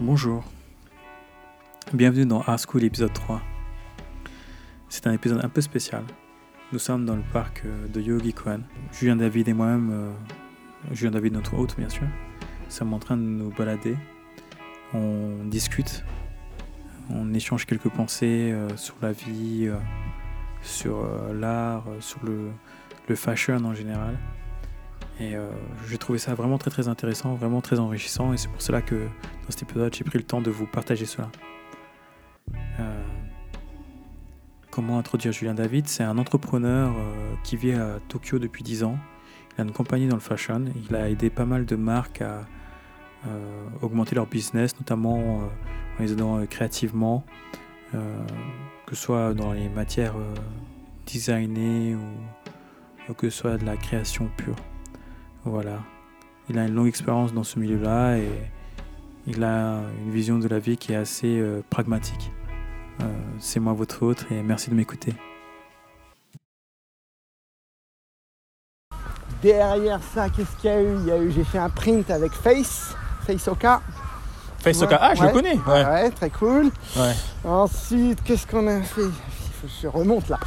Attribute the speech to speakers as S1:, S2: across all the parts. S1: Bonjour. Bienvenue dans Art School épisode 3. C'est un épisode un peu spécial. Nous sommes dans le parc euh, de Yogi Kohan. Julien David et moi-même, euh, Julien David notre hôte bien sûr, sommes en train de nous balader. On discute, on échange quelques pensées euh, sur la vie, euh, sur euh, l'art, euh, sur le, le fashion en général. Et euh, j'ai trouvé ça vraiment très très intéressant, vraiment très enrichissant et c'est pour cela que dans cet épisode j'ai pris le temps de vous partager cela. Euh, comment introduire Julien David C'est un entrepreneur euh, qui vit à Tokyo depuis 10 ans. Il a une compagnie dans le fashion. Il a aidé pas mal de marques à euh, augmenter leur business, notamment euh, en les aidant euh, créativement, euh, que ce soit dans les matières euh, designées ou ou que ce soit de la création pure. Voilà. Il a une longue expérience dans ce milieu-là et il a une vision de la vie qui est assez euh, pragmatique. Euh, C'est moi votre hôte et merci de m'écouter.
S2: Derrière ça, qu'est-ce qu'il y a eu Il y a eu, j'ai fait un print avec Face, Face Oka.
S3: Face
S2: Ouais,
S3: Oka. Ah, je
S2: ouais.
S3: le connais. Ouais.
S2: Ouais, très cool.
S3: Ouais.
S2: Ensuite, qu'est-ce qu'on a fait Il faut que Je remonte là.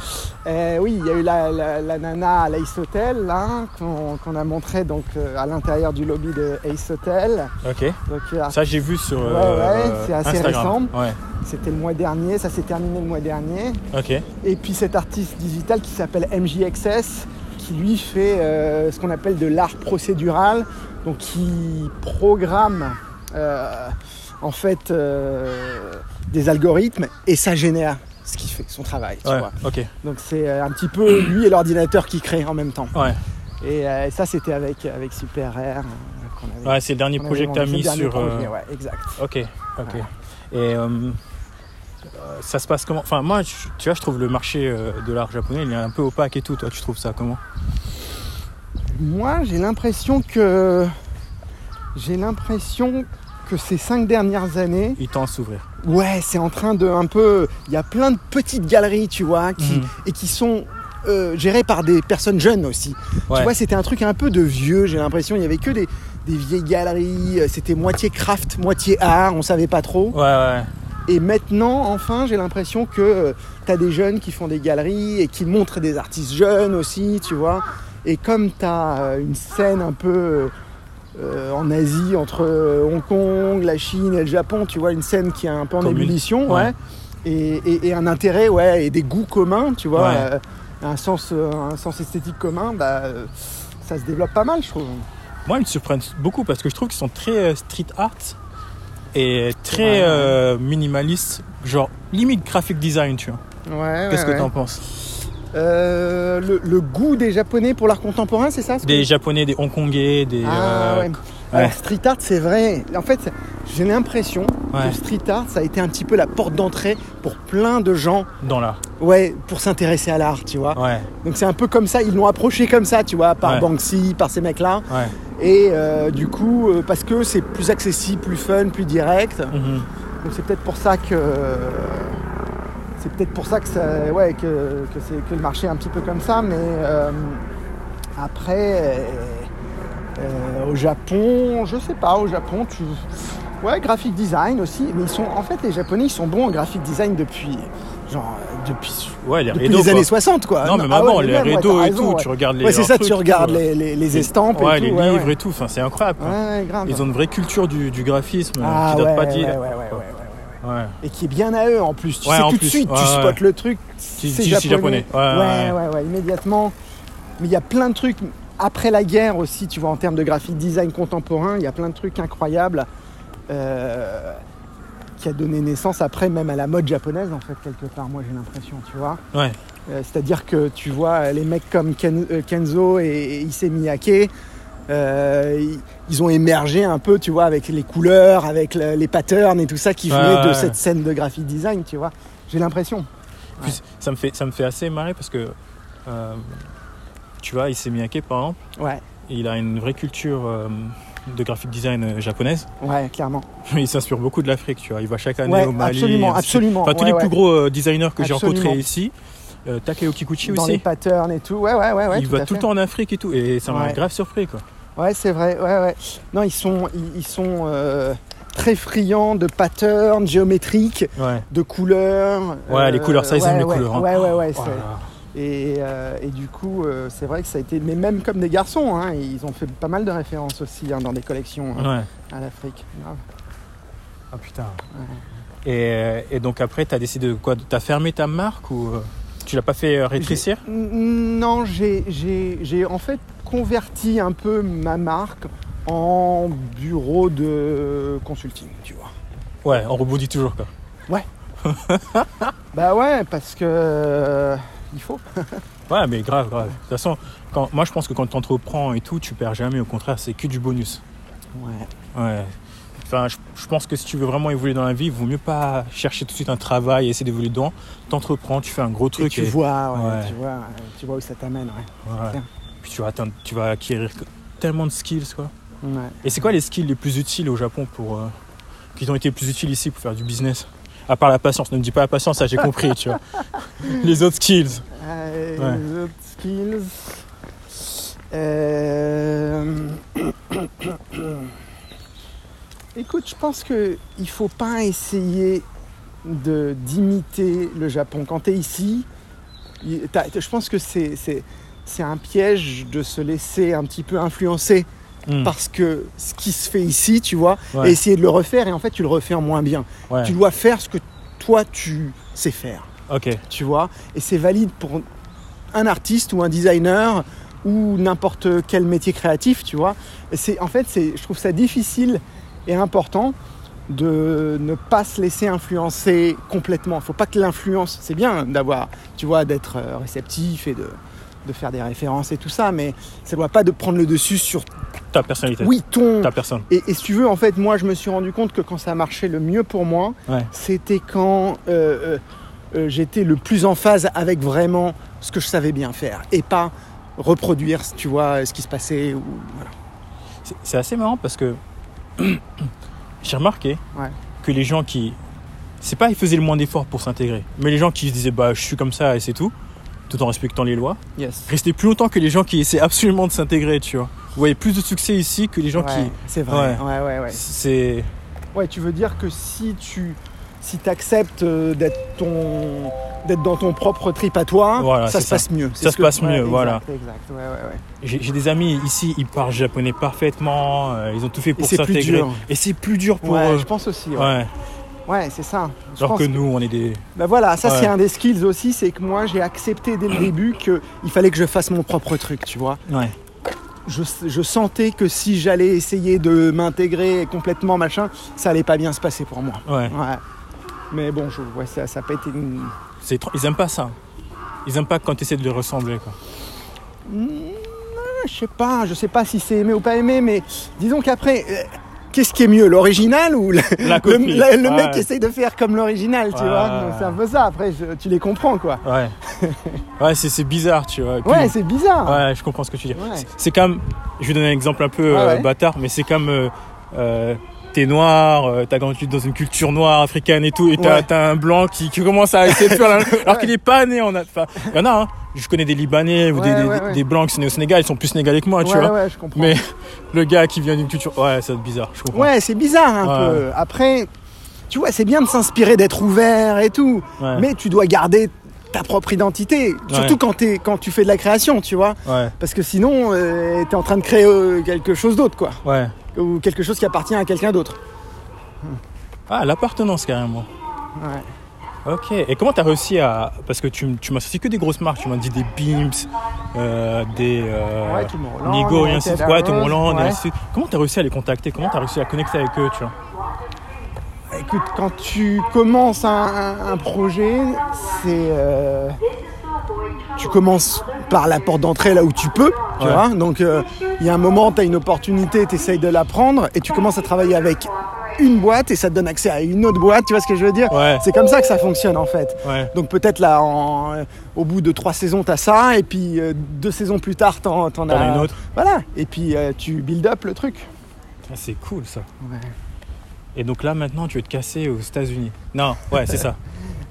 S2: Euh, oui, il y a eu la, la- la nana à l'Ace Hotel, là, qu'on qu'on a montré donc euh, à l'intérieur du lobby de Ace Hotel.
S3: Ok.
S2: Donc, euh,
S3: Ça, j'ai vu sur
S2: Ouais,
S3: euh,
S2: ouais, c'est assez
S3: Instagram.
S2: c'était le mois dernier, ça s'est terminé le mois dernier.
S3: Ouais. Ok.
S2: Et puis cet artiste digital qui s'appelle MJXS, qui lui fait euh, ce qu'on appelle de l'art procédural, donc qui programme euh, en fait euh, des algorithmes et ça génère ce qu'il fait, son travail. tu
S3: Ouais.
S2: vois.
S3: Ok.
S2: Donc c'est euh, un petit peu lui et l'ordinateur qui créent en même temps.
S3: Ouais.
S2: Et euh, ça c'était avec, avec Super R. euh, qu'on avait-
S3: Ouais, c'est le dernier
S2: qu'on
S3: projet
S2: avait
S3: que
S2: vendu,
S3: t'as
S2: c'est le
S3: mis
S2: dernier
S3: sur. euh,
S2: projet, ouais, exact.
S3: Ok. Ok. Et euh, euh, ça se passe comment Enfin, moi, je- tu vois, je trouve le marché euh, de l'art japonais, il est un peu opaque et tout. Toi, tu trouves ça comment
S2: Moi, j'ai l'impression que j'ai l'impression que ces cinq dernières années,
S3: Il tend à s'ouvrir.
S2: ouais, c'est en train de un peu. Il y a plein de petites galeries, tu vois, qui,
S3: Mhm.
S2: et qui sont euh, gérées par des personnes jeunes aussi.
S3: Ouais.
S2: Tu vois, c'était un truc un peu de vieux. J'ai l'impression il y avait que des, des vieilles galeries. euh, C'était moitié craft, moitié art. On savait pas trop.
S3: Ouais, ouais.
S2: Et maintenant, enfin, j'ai l'impression que tu as des jeunes qui font des galeries et qui montrent des artistes jeunes aussi, tu vois. Et comme tu as une scène un peu euh, en Asie, entre euh, Hong Kong, la Chine et le Japon, tu vois, une scène qui est un peu en
S3: Commune.
S2: ébullition, ouais.
S3: Ouais.
S2: Et, et- et un intérêt, ouais, et des goûts communs, tu vois,
S3: Ouais.
S2: euh, un, sens, euh, un sens esthétique commun, bah, euh, ça se développe pas mal, je trouve.
S3: Moi, ils me surprennent beaucoup parce que je trouve qu'ils sont très euh, street art et très
S2: Ouais.
S3: euh, minimalistes, genre limite graphic design, tu vois.
S2: Ouais,
S3: Qu'est-ce que t'en penses
S2: Euh, le, le goût des Japonais pour l'art contemporain, c'est ça ce que
S3: Des japonais, des hongkongais, des.
S2: Ah
S3: euh,
S2: ouais. Alors, street art, c'est vrai. En fait, j'ai l'impression
S3: Ouais.
S2: que street art, ça a été un petit peu la porte d'entrée pour plein de gens,
S3: Dans l'art.
S2: ouais, pour s'intéresser à l'art, tu vois.
S3: Ouais,
S2: Donc c'est un peu comme ça, ils l'ont approché comme ça, tu vois, par
S3: Ouais.
S2: Banksy, par ces mecs-là.
S3: ouais.
S2: Et euh, du coup, euh, parce que c'est plus accessible, plus fun, plus direct.
S3: Mhm.
S2: Donc c'est peut-être pour ça que c'est peut-être pour ça que ça, ouais, que, que c'est que le marché est un petit peu comme ça. Mais euh, après, euh, euh, au Japon, je sais pas, au Japon, tu ouais, graphic design aussi. Mais ils sont en fait les Japonais, ils sont bons en graphic design depuis genre euh, depuis,
S3: Ouais, les
S2: depuis
S3: Redo,
S2: les
S3: quoi.
S2: années 60 quoi.
S3: Non, mais
S2: ah
S3: maintenant,
S2: ouais,
S3: les
S2: même, ouais,
S3: rideaux
S2: t'as
S3: et
S2: raison,
S3: tout,
S2: ouais.
S3: tu regardes les.
S2: Ouais, c'est
S3: leurs
S2: ça,
S3: trucs,
S2: tu regardes
S3: vois.
S2: les, les- les estampes
S3: Ouais,
S2: et tout.
S3: les
S2: ouais,
S3: livres
S2: ouais.
S3: et tout, enfin, c'est incroyable. quoi.
S2: Ouais, grave.
S3: Ils ont une vraie culture du, du graphisme euh,
S2: ah,
S3: qui date
S2: ouais,
S3: pas
S2: ouais,
S3: d'hier.
S2: ouais, ouais, ouais, ouais.
S3: Ouais.
S2: et qui est bien à eux en plus. Tu
S3: Ouais,
S2: sais
S3: en
S2: tout de
S3: plus.
S2: suite,
S3: Ouais,
S2: tu
S3: ouais.
S2: spots le truc,
S3: Tu-
S2: c'est
S3: tu- c'est
S2: japonais.
S3: japonais. Ouais, ouais,
S2: ouais, ouais, immédiatement. Mais il y a plein de trucs après la guerre aussi, tu vois, en termes de graphic design contemporain, il y a plein de trucs incroyables euh, qui a donné naissance après même à la mode japonaise en fait quelque part. Moi j'ai l'impression, tu vois.
S3: Ouais.
S2: Euh, C'est-à-dire que tu vois euh, les mecs comme Ken- euh, Kenzo et, et Issey Miyake, euh, ils- ils ont émergé un peu, tu vois, avec les couleurs, avec le- les patterns et tout ça qui
S3: Ouais,
S2: venait de
S3: ouais.
S2: cette scène de graphic design, tu vois. J'ai l'impression.
S3: Puis, ça, me fait, ça me fait assez marrer parce que. euh, tu vois, il s'est Miyake, par exemple,
S2: Ouais,
S3: il a une vraie culture euh, de graphic design euh, japonaise.
S2: ouais, clairement.
S3: Il s'inspire beaucoup de l'Afrique, tu vois. Il va chaque année
S2: Ouais,
S3: au Mali.
S2: absolument,
S3: ainsi de suite.
S2: absolument.
S3: Enfin, tous
S2: Ouais,
S3: les
S2: ouais.
S3: plus gros euh, designers que j'ai
S2: Absolument.
S3: rencontrés ici, euh, Takeo Kikuchi
S2: Dans les
S3: aussi,
S2: patterns et tout. Ouais, ouais, ouais, ouais.
S3: il va
S2: à
S3: tout le
S2: fait.
S3: temps en Afrique et tout. Et ça m'a
S2: Ouais.
S3: grave surpris, quoi.
S2: Ouais, c'est vrai. Ouais, ouais. Non, ils sont, ils, ils sont. euh, très friands de patterns géométriques,
S3: Ouais.
S2: de couleurs. euh,
S3: Ouais, les couleurs, ça, ils
S2: ouais,
S3: aiment les
S2: ouais,
S3: couleurs, hein.
S2: Ouais, ouais, ouais. c'est-
S3: Voilà.
S2: Et, euh, et du coup, euh, c'est vrai que ça a été. Mais même comme des garçons, hein, ils ont fait pas mal de références aussi hein, dans des collections hein,
S3: Ouais.
S2: à l'Afrique. Grave.
S3: Ah putain. Et, et donc après, t'as décidé de quoi T'as fermé ta marque ou euh, tu l'as pas fait euh, rétrécir
S2: N- Non, j'ai- j'ai j'ai en fait converti un peu ma marque en bureau de consulting, tu vois.
S3: Ouais, on rebondit toujours quoi.
S2: Bah ouais, parce que euh, il faut.
S3: Ouais, mais grave, grave. De toute façon, quand, moi je pense que quand t'entreprends et tout, tu perds jamais. Au contraire, c'est que du bonus.
S2: Ouais.
S3: Ouais. Enfin, je, je pense que si tu veux vraiment évoluer dans la vie, il vaut mieux pas chercher tout de suite un travail et essayer d'évoluer dedans. T'entreprends, tu fais un gros truc
S2: Et tu vois, ouais,
S3: ouais.
S2: tu vois, euh, tu vois où ça t'amène, ouais.
S3: Ouais.
S2: Tiens.
S3: Puis tu vas, atteindre- tu vas acquérir tellement de skills quoi.
S2: Ouais.
S3: Et c'est quoi les skills les plus utiles au Japon pour euh, qui t'ont été plus utiles ici pour faire du business À part la patience, ne me dis pas la patience, ça j'ai compris, tu vois. Les autres skills.
S2: Euh,
S3: Ouais.
S2: les autres skills. Euh, Écoute, je pense que il faut pas essayer de d'imiter le Japon. Quand tu es ici, il- t'as- je pense que c'est c'est c'est un piège de se laisser un petit peu influencer
S3: Hmm,
S2: parce que ce qui se fait ici, tu vois,
S3: ouais,
S2: et essayer de le refaire et en fait tu le refais en moins bien.
S3: ouais,
S2: Tu dois faire ce que toi tu sais faire
S3: Ok.
S2: tu vois. Et c'est valide pour un artiste ou un designer ou n'importe quel métier créatif, tu vois. Et c'est, en fait, c'est, je trouve ça difficile et important de ne pas se laisser influencer complètement. faut pas que l'influence, c'est bien d'avoir, tu vois, d'être euh, réceptif et de, de faire des références et tout ça, mais ça ne doit pas de prendre le dessus sur,
S3: Ta personnalité.
S2: oui, ton,
S3: Ta personne.
S2: et, et si tu veux, en fait, moi, je me suis rendu compte que quand ça marchait le mieux pour moi,
S3: Ouais.
S2: c'était quand euh, euh, euh, j'étais le plus en phase avec vraiment ce que je savais bien faire et pas reproduire, tu vois, ce qui se passait. Ou, voilà.
S3: C'est- C'est assez marrant parce que j'ai remarqué
S2: Ouais.
S3: que les gens qui. C'est pas ils faisaient le moins d'efforts pour s'intégrer, mais les gens qui se disaient bah je suis comme ça et c'est tout, tout en respectant les lois,
S2: Yes.
S3: restaient plus longtemps que les gens qui essaient absolument de s'intégrer, tu vois. Vous voyez plus de succès ici que les gens
S2: Ouais, c'est vrai.
S3: Ouais.
S2: Ouais, ouais, ouais.
S3: qui. C'est.
S2: Ouais, tu veux dire que si tu si acceptes d'être ton d'être dans ton propre trip à toi,
S3: Voilà,
S2: ça
S3: c'est
S2: se
S3: ça.
S2: passe mieux.
S3: Ça
S2: ce
S3: se passe mieux,
S2: exact,
S3: voilà.
S2: Exact, ouais, ouais, ouais.
S3: J'ai j'ai des amis ici, ils parlent japonais parfaitement, euh, ils ont tout fait pour
S2: c'est plus
S3: s'intégrer.
S2: dur.
S3: Et c'est plus dur pour
S2: Ouais,
S3: eux.
S2: je pense aussi. Ouais,
S3: Ouais.
S2: Ouais, c'est ça. Je
S3: Alors
S2: pense
S3: que nous, on est des.
S2: Bah voilà, ça
S3: Ouais.
S2: c'est un des skills aussi, c'est que moi j'ai accepté dès le début qu'il fallait que je fasse mon propre truc, tu vois.
S3: Ouais.
S2: Je, je sentais que si j'allais essayer de m'intégrer complètement, machin, ça allait pas bien se passer pour moi.
S3: Ouais.
S2: Ouais. Mais bon, je, ouais, ça, ça peut être une...
S3: C'est trop- Ils aiment pas ça. Ils aiment pas quand tu essaies de les ressembler. Quoi.
S2: Hmm, Je sais pas, je sais pas si c'est aimé ou pas aimé, mais disons qu'après, euh, qu'est-ce qui est mieux, l'original ou le,
S3: La
S2: le-
S3: copie.
S2: la- le mec
S3: Ouais.
S2: qui essaye de faire comme l'original, tu
S3: Ouais.
S2: vois Donc, C'est un peu ça, après je- tu les comprends quoi.
S3: Ouais. ouais, c'est c'est bizarre, tu vois. Et puis-
S2: Ouais, c'est bizarre.
S3: ouais, je comprends ce que tu dis.
S2: Ouais.
S3: C'est- C'est comme. Je vais donner un exemple un peu
S2: Ouais,
S3: euh,
S2: ouais.
S3: bâtard, mais c'est comme. euh, euh, T'es noir, euh, t'as grandi dans une culture noire, africaine et tout, et t'as
S2: Ouais.
S3: t'as un blanc qui, qui commence à essayer de faire la... Alors qu'il est pas né en... Af- Enfin, il y en a, hein. Je connais des Libanais ou des-
S2: Ouais,
S3: des,
S2: ouais, ouais.
S3: des Blancs qui sont nés au Sénégal, ils sont plus sénégalais que moi, tu
S2: Ouais,
S3: vois.
S2: ouais, je comprends.
S3: Mais le gars qui vient d'une culture. Ouais, c'est bizarre, je comprends.
S2: Ouais, c'est bizarre un
S3: Ouais.
S2: peu. Après, tu vois, c'est bien de s'inspirer, d'être ouvert et tout,
S3: Ouais.
S2: mais tu dois garder ta propre identité, surtout
S3: Ouais.
S2: quand, t'es- quand tu fais de la création, tu vois,
S3: Ouais,
S2: parce que sinon, tu t'es en train de créer euh, quelque chose d'autre, quoi,
S3: ouais.
S2: ou quelque chose qui appartient à quelqu'un d'autre.
S3: Ah, l'appartenance carrément.
S2: Ouais.
S3: Ok. Et comment t'as réussi à. Parce que tu, m- tu m'as sorti que des grosses marques. Tu m'as dit des Beams, euh, des. euh,
S2: Ouais, Tom Holland,
S3: Nigo et ainsi de suite. Ouais, Tom
S2: Taylor
S3: Holland et
S2: Rose,
S3: ainsi de suite. Comment t'as réussi à les contacter Comment t'as réussi à connecter avec eux, tu vois
S2: ouais. Écoute, quand tu commences un, un- un projet, c'est euh, tu commences par la porte d'entrée là où tu peux, tu
S3: Ouais.
S2: vois. Donc euh, il y a un moment, tu as une opportunité, tu essayes de la prendre et tu commences à travailler avec une boîte et ça te donne accès à une autre boîte, tu vois ce que je veux dire
S3: Ouais.
S2: C'est comme ça que ça fonctionne en fait.
S3: Ouais.
S2: Donc peut-être là, en- euh, au bout de trois saisons, t'as ça, et puis euh, deux saisons plus tard, t'en, t'en
S3: T'en as
S2: as
S3: une autre.
S2: Voilà, et puis euh, tu build up le truc.
S3: Ah, c'est cool ça.
S2: Ouais.
S3: Et donc là maintenant tu veux te casser aux États-Unis. Non, ouais, c'est ça.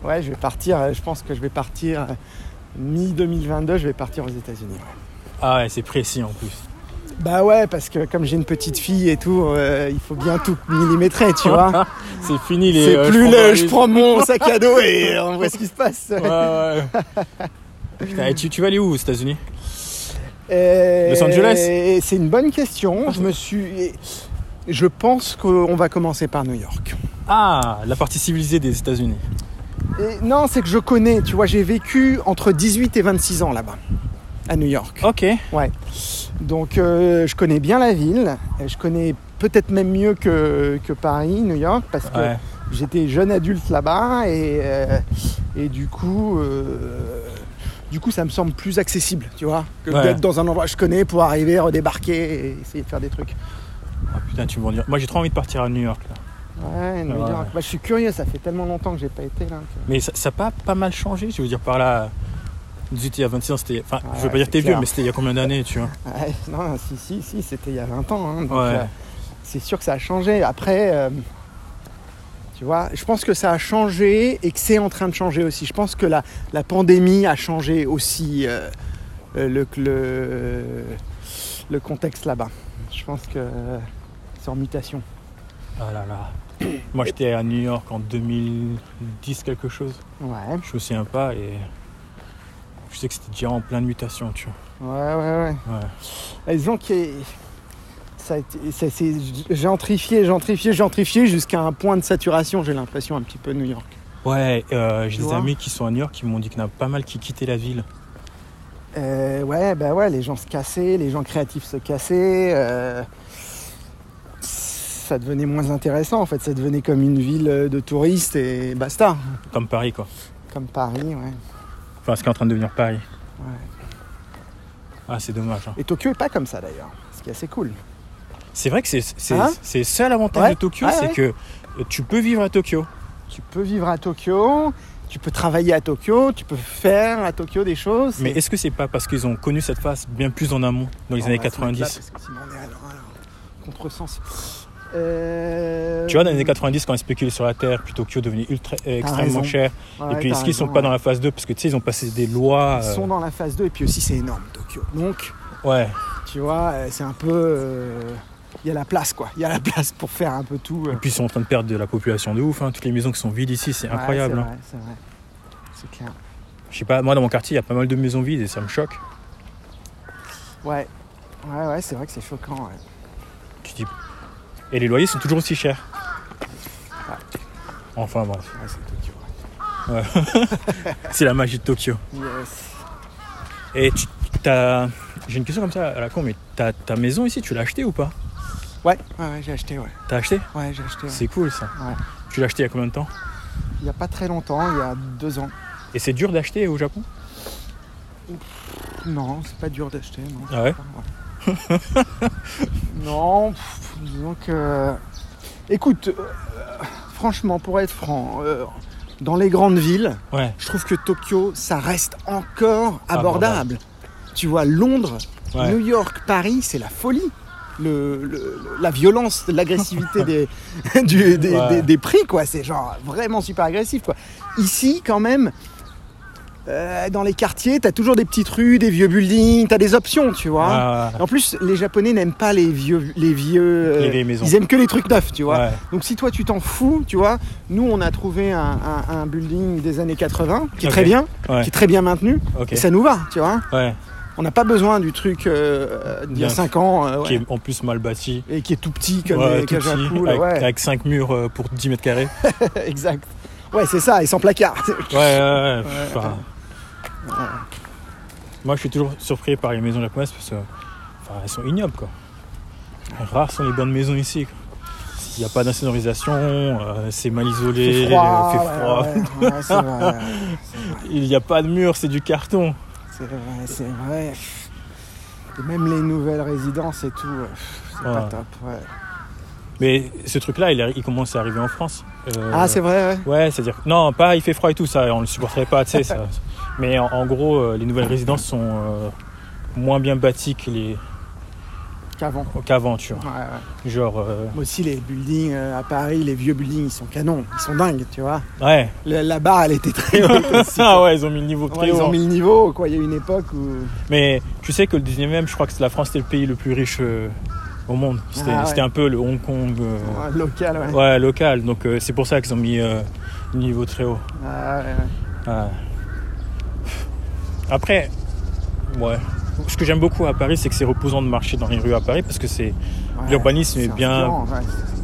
S2: Ouais, je vais partir, euh, je pense que je vais partir euh, mi-2022, je vais partir aux États-Unis.
S3: Ah ouais, c'est précis en plus.
S2: Bah ouais, parce que comme j'ai une petite fille et tout, euh, il faut bien tout millimétrer, tu vois.
S3: C'est fini les.
S2: C'est
S3: euh,
S2: plus
S3: prends
S2: le
S3: pas
S2: je
S3: les-
S2: prends mon sac à dos et on voit ce qui se passe.
S3: Ouais, ouais. Putain, et tu, tu vas aller où aux États-Unis
S2: Euh,
S3: Los Angeles
S2: C'est une bonne question. Je me suis. Je pense qu'on va commencer par New York.
S3: Ah, la partie civilisée des États-Unis.
S2: Et non, c'est que je connais, tu vois, j'ai vécu entre 18 et 26 ans là-bas, à New York.
S3: Ok.
S2: Donc euh, je connais bien la ville, et je connais peut-être même mieux que, que Paris, New York, parce que
S3: Ouais.
S2: j'étais jeune adulte là-bas et, euh, et du coup euh, du coup ça me semble plus accessible, tu vois, que
S3: Ouais.
S2: d'être dans un endroit que je connais pour arriver, redébarquer et essayer de faire des trucs.
S3: Ah, putain, tu me dire. Moi, j'ai trop envie de partir à New York. Là.
S2: Ouais, New
S3: Ouais.
S2: York. Bah, je suis curieux, ça fait tellement longtemps que j'ai pas été là. que-
S3: Mais ça ça a pas, pas mal changé, je veux dire, par là. 18 à 26 ans, c'était. Enfin, je veux
S2: Ouais,
S3: pas dire
S2: c'est
S3: t'es vieux,
S2: clair.
S3: mais c'était il y a combien d'années, tu vois
S2: Ouais, non, si, si, si, c'était il y a 20 ans. hein, donc,
S3: Ouais.
S2: euh, c'est sûr que ça a changé. Après, euh, tu vois, je pense que ça a changé et que c'est en train de changer aussi. Je pense que la, la pandémie a changé aussi euh, euh, le, le, le contexte là-bas. Je pense que euh, c'est en mutation.
S3: Ah là là. Moi, j'étais à New York en 2010, quelque chose.
S2: Ouais,
S3: Je me souviens pas et. Je sais que c'était déjà en pleine mutation, tu vois.
S2: ouais, ouais, ouais.
S3: Ouais.
S2: Bah, disons que ça a été- ça s'est gentrifié, gentrifié, gentrifié jusqu'à un point de saturation, j'ai l'impression, un petit peu New York.
S3: Ouais, euh, j'ai
S2: Tu
S3: des
S2: vois
S3: amis qui sont à New York qui m'ont dit qu'il y en a pas mal qui quittaient la ville.
S2: Euh, ouais, bah ouais, les gens se cassaient, les gens créatifs se cassaient. euh, ça devenait moins intéressant en fait, ça devenait comme une ville euh, de touristes et basta,
S3: Comme Paris, quoi.
S2: comme Paris, ouais.
S3: Enfin, ce qui est en train de devenir Paris.
S2: Ouais.
S3: Ah, c'est dommage. hein.
S2: Et Tokyo est pas comme ça d'ailleurs, ce qui est assez cool.
S3: C'est vrai que c'est c'est
S2: Hein
S3: c'est le seul avantage
S2: Ouais,
S3: de Tokyo,
S2: ouais,
S3: c'est
S2: ouais.
S3: que euh, tu peux vivre à Tokyo.
S2: Tu peux vivre à Tokyo, tu peux travailler à Tokyo, tu peux faire à Tokyo des choses.
S3: Mais est-ce que c'est pas parce qu'ils ont connu cette phase bien plus en amont, dans les
S2: On
S3: années
S2: va se mettre là,
S3: 90
S2: parce que sinon on est à l'heure, alors, contresens. Euh,
S3: Tu vois, dans les années 90, quand ils spéculaient sur la Terre, puis Tokyo devenait ultra, euh, extrêmement
S2: raison.
S3: cher.
S2: ouais,
S3: et puis,
S2: t'as
S3: est-ce qu'ils sont
S2: raison,
S3: pas
S2: ouais.
S3: dans la phase 2 Parce que tu sais, ils ont passé des lois.
S2: Ils
S3: euh,
S2: sont dans la phase 2 et puis aussi c'est énorme Tokyo. Donc
S3: Ouais,
S2: Tu vois, euh, c'est un peu. euh, Il y a la place, quoi. Il y a la place pour faire un peu tout. euh.
S3: et puis ils sont en train de perdre de la population de ouf. hein. Toutes les maisons qui sont vides ici, c'est
S2: Ouais,
S3: incroyable.
S2: c'est
S3: hein.
S2: vrai, C'est vrai, c'est clair.
S3: Je sais pas, moi dans mon quartier, il y a pas mal de maisons vides et ça me choque.
S2: Ouais, ouais, ouais, c'est vrai que c'est choquant. ouais.
S3: Tu dis. Et les loyers sont toujours aussi chers. Enfin bref,
S2: Ouais, c'est Tokyo, ouais.
S3: c'est la magie de Tokyo.
S2: Yes.
S3: Et tu t'as. J'ai une question comme ça à la con, mais t'as- ta maison ici, tu l'as achetée ou pas
S2: Ouais, ouais, ouais, j'ai acheté, ouais.
S3: T'as acheté
S2: Ouais, j'ai acheté. ouais.
S3: C'est cool ça.
S2: Ouais.
S3: Tu l'as acheté il y a combien de temps
S2: Il n'y a pas très longtemps, il y a deux ans.
S3: Et c'est dur d'acheter au Japon
S2: Non, c'est pas dur d'acheter, non.
S3: Ah ouais
S2: Ouais. Non, pff, disons que. Écoute, euh, franchement, pour être franc, euh, dans les grandes villes,
S3: Ouais.
S2: je trouve que Tokyo, ça reste encore abordable.
S3: Abordable.
S2: Tu vois, Londres,
S3: Ouais.
S2: New York, Paris, c'est la folie. Le, le- la violence, l'agressivité des, du- des,
S3: Ouais.
S2: des- des prix, quoi. C'est genre vraiment super agressif, quoi. Ici, quand même, euh, dans les quartiers, t'as toujours des petites rues, des vieux buildings, t'as des options, tu vois.
S3: Ouais, ouais,
S2: En plus, les Japonais n'aiment pas les vieux, les vieux. euh,
S3: Les vieilles maisons.
S2: Ils aiment que les trucs neufs, tu vois.
S3: ouais.
S2: Donc si toi tu t'en fous, tu vois, nous on a trouvé un, un- un building des années 80 qui est
S3: Ok.
S2: très bien,
S3: Ouais.
S2: qui est très bien maintenu,
S3: Ok.
S2: et ça nous va, tu vois.
S3: Ouais.
S2: On n'a pas besoin du truc euh, euh, d'il y a
S3: Bien.
S2: 5 ans euh, ouais.
S3: Qui est en plus mal bâti.
S2: et qui est tout petit comme
S3: Ouais,
S2: les
S3: tout
S2: cages à
S3: petit,
S2: poules,
S3: avec,
S2: ouais,
S3: 5 murs euh, pour 10 mètres carrés.
S2: exact. Ouais, c'est ça, et sans placard.
S3: Ouais, ouais, ouais. Enfin, Moi, je suis toujours surpris par les maisons japonaises parce que, enfin, elles sont ignobles, quoi. Rares sont les bonnes maisons ici. quoi. Il n'y a pas d'insonorisation, euh, c'est mal
S2: Il
S3: isolé,
S2: fait froid.
S3: il fait
S2: ouais,
S3: froid.
S2: ouais, ouais, c'est vrai,
S3: Il n'y a pas de mur, c'est du carton.
S2: c'est vrai, c'est vrai. Et même les nouvelles résidences et tout, euh, c'est pas
S3: Ouais.
S2: top. ouais.
S3: Mais ce truc-là, il, arri- il commence à arriver en France. Euh,
S2: Ah, c'est vrai, ouais.
S3: Ouais, c'est-à-dire. Non, pas il fait froid et tout, ça, on le supporterait pas, tu sais. ça. Mais en, en gros, euh, les nouvelles résidences sont euh, moins bien bâties que les,
S2: qu'avant.
S3: qu'avant, tu vois.
S2: Ouais, ouais.
S3: Genre, euh,
S2: Mais Aussi les buildings euh, à Paris, les vieux buildings, ils sont canons, ils sont dingues, tu vois.
S3: ouais.
S2: Le- la barre, elle était très haute.
S3: ah ouais, ils ont mis le niveau très
S2: Ouais, ils
S3: haut.
S2: ont mis le niveau, quoi. Il y a eu une époque où.
S3: Mais tu sais que le 19e, je crois que c'est la France était le pays le plus riche euh, au monde. C'était
S2: Ah ouais.
S3: c'était un peu le Hong Kong euh,
S2: Ouais, local, ouais.
S3: ouais. local. Donc euh, c'est pour ça qu'ils ont mis euh, le niveau très haut.
S2: Ah, ouais, ouais.
S3: Ouais. Après, ouais. Ce que j'aime beaucoup à Paris, c'est que c'est reposant de marcher dans les rues à Paris parce que c'est
S2: Ouais,
S3: L'urbanisme est
S2: c'est
S3: bien-
S2: inspirant,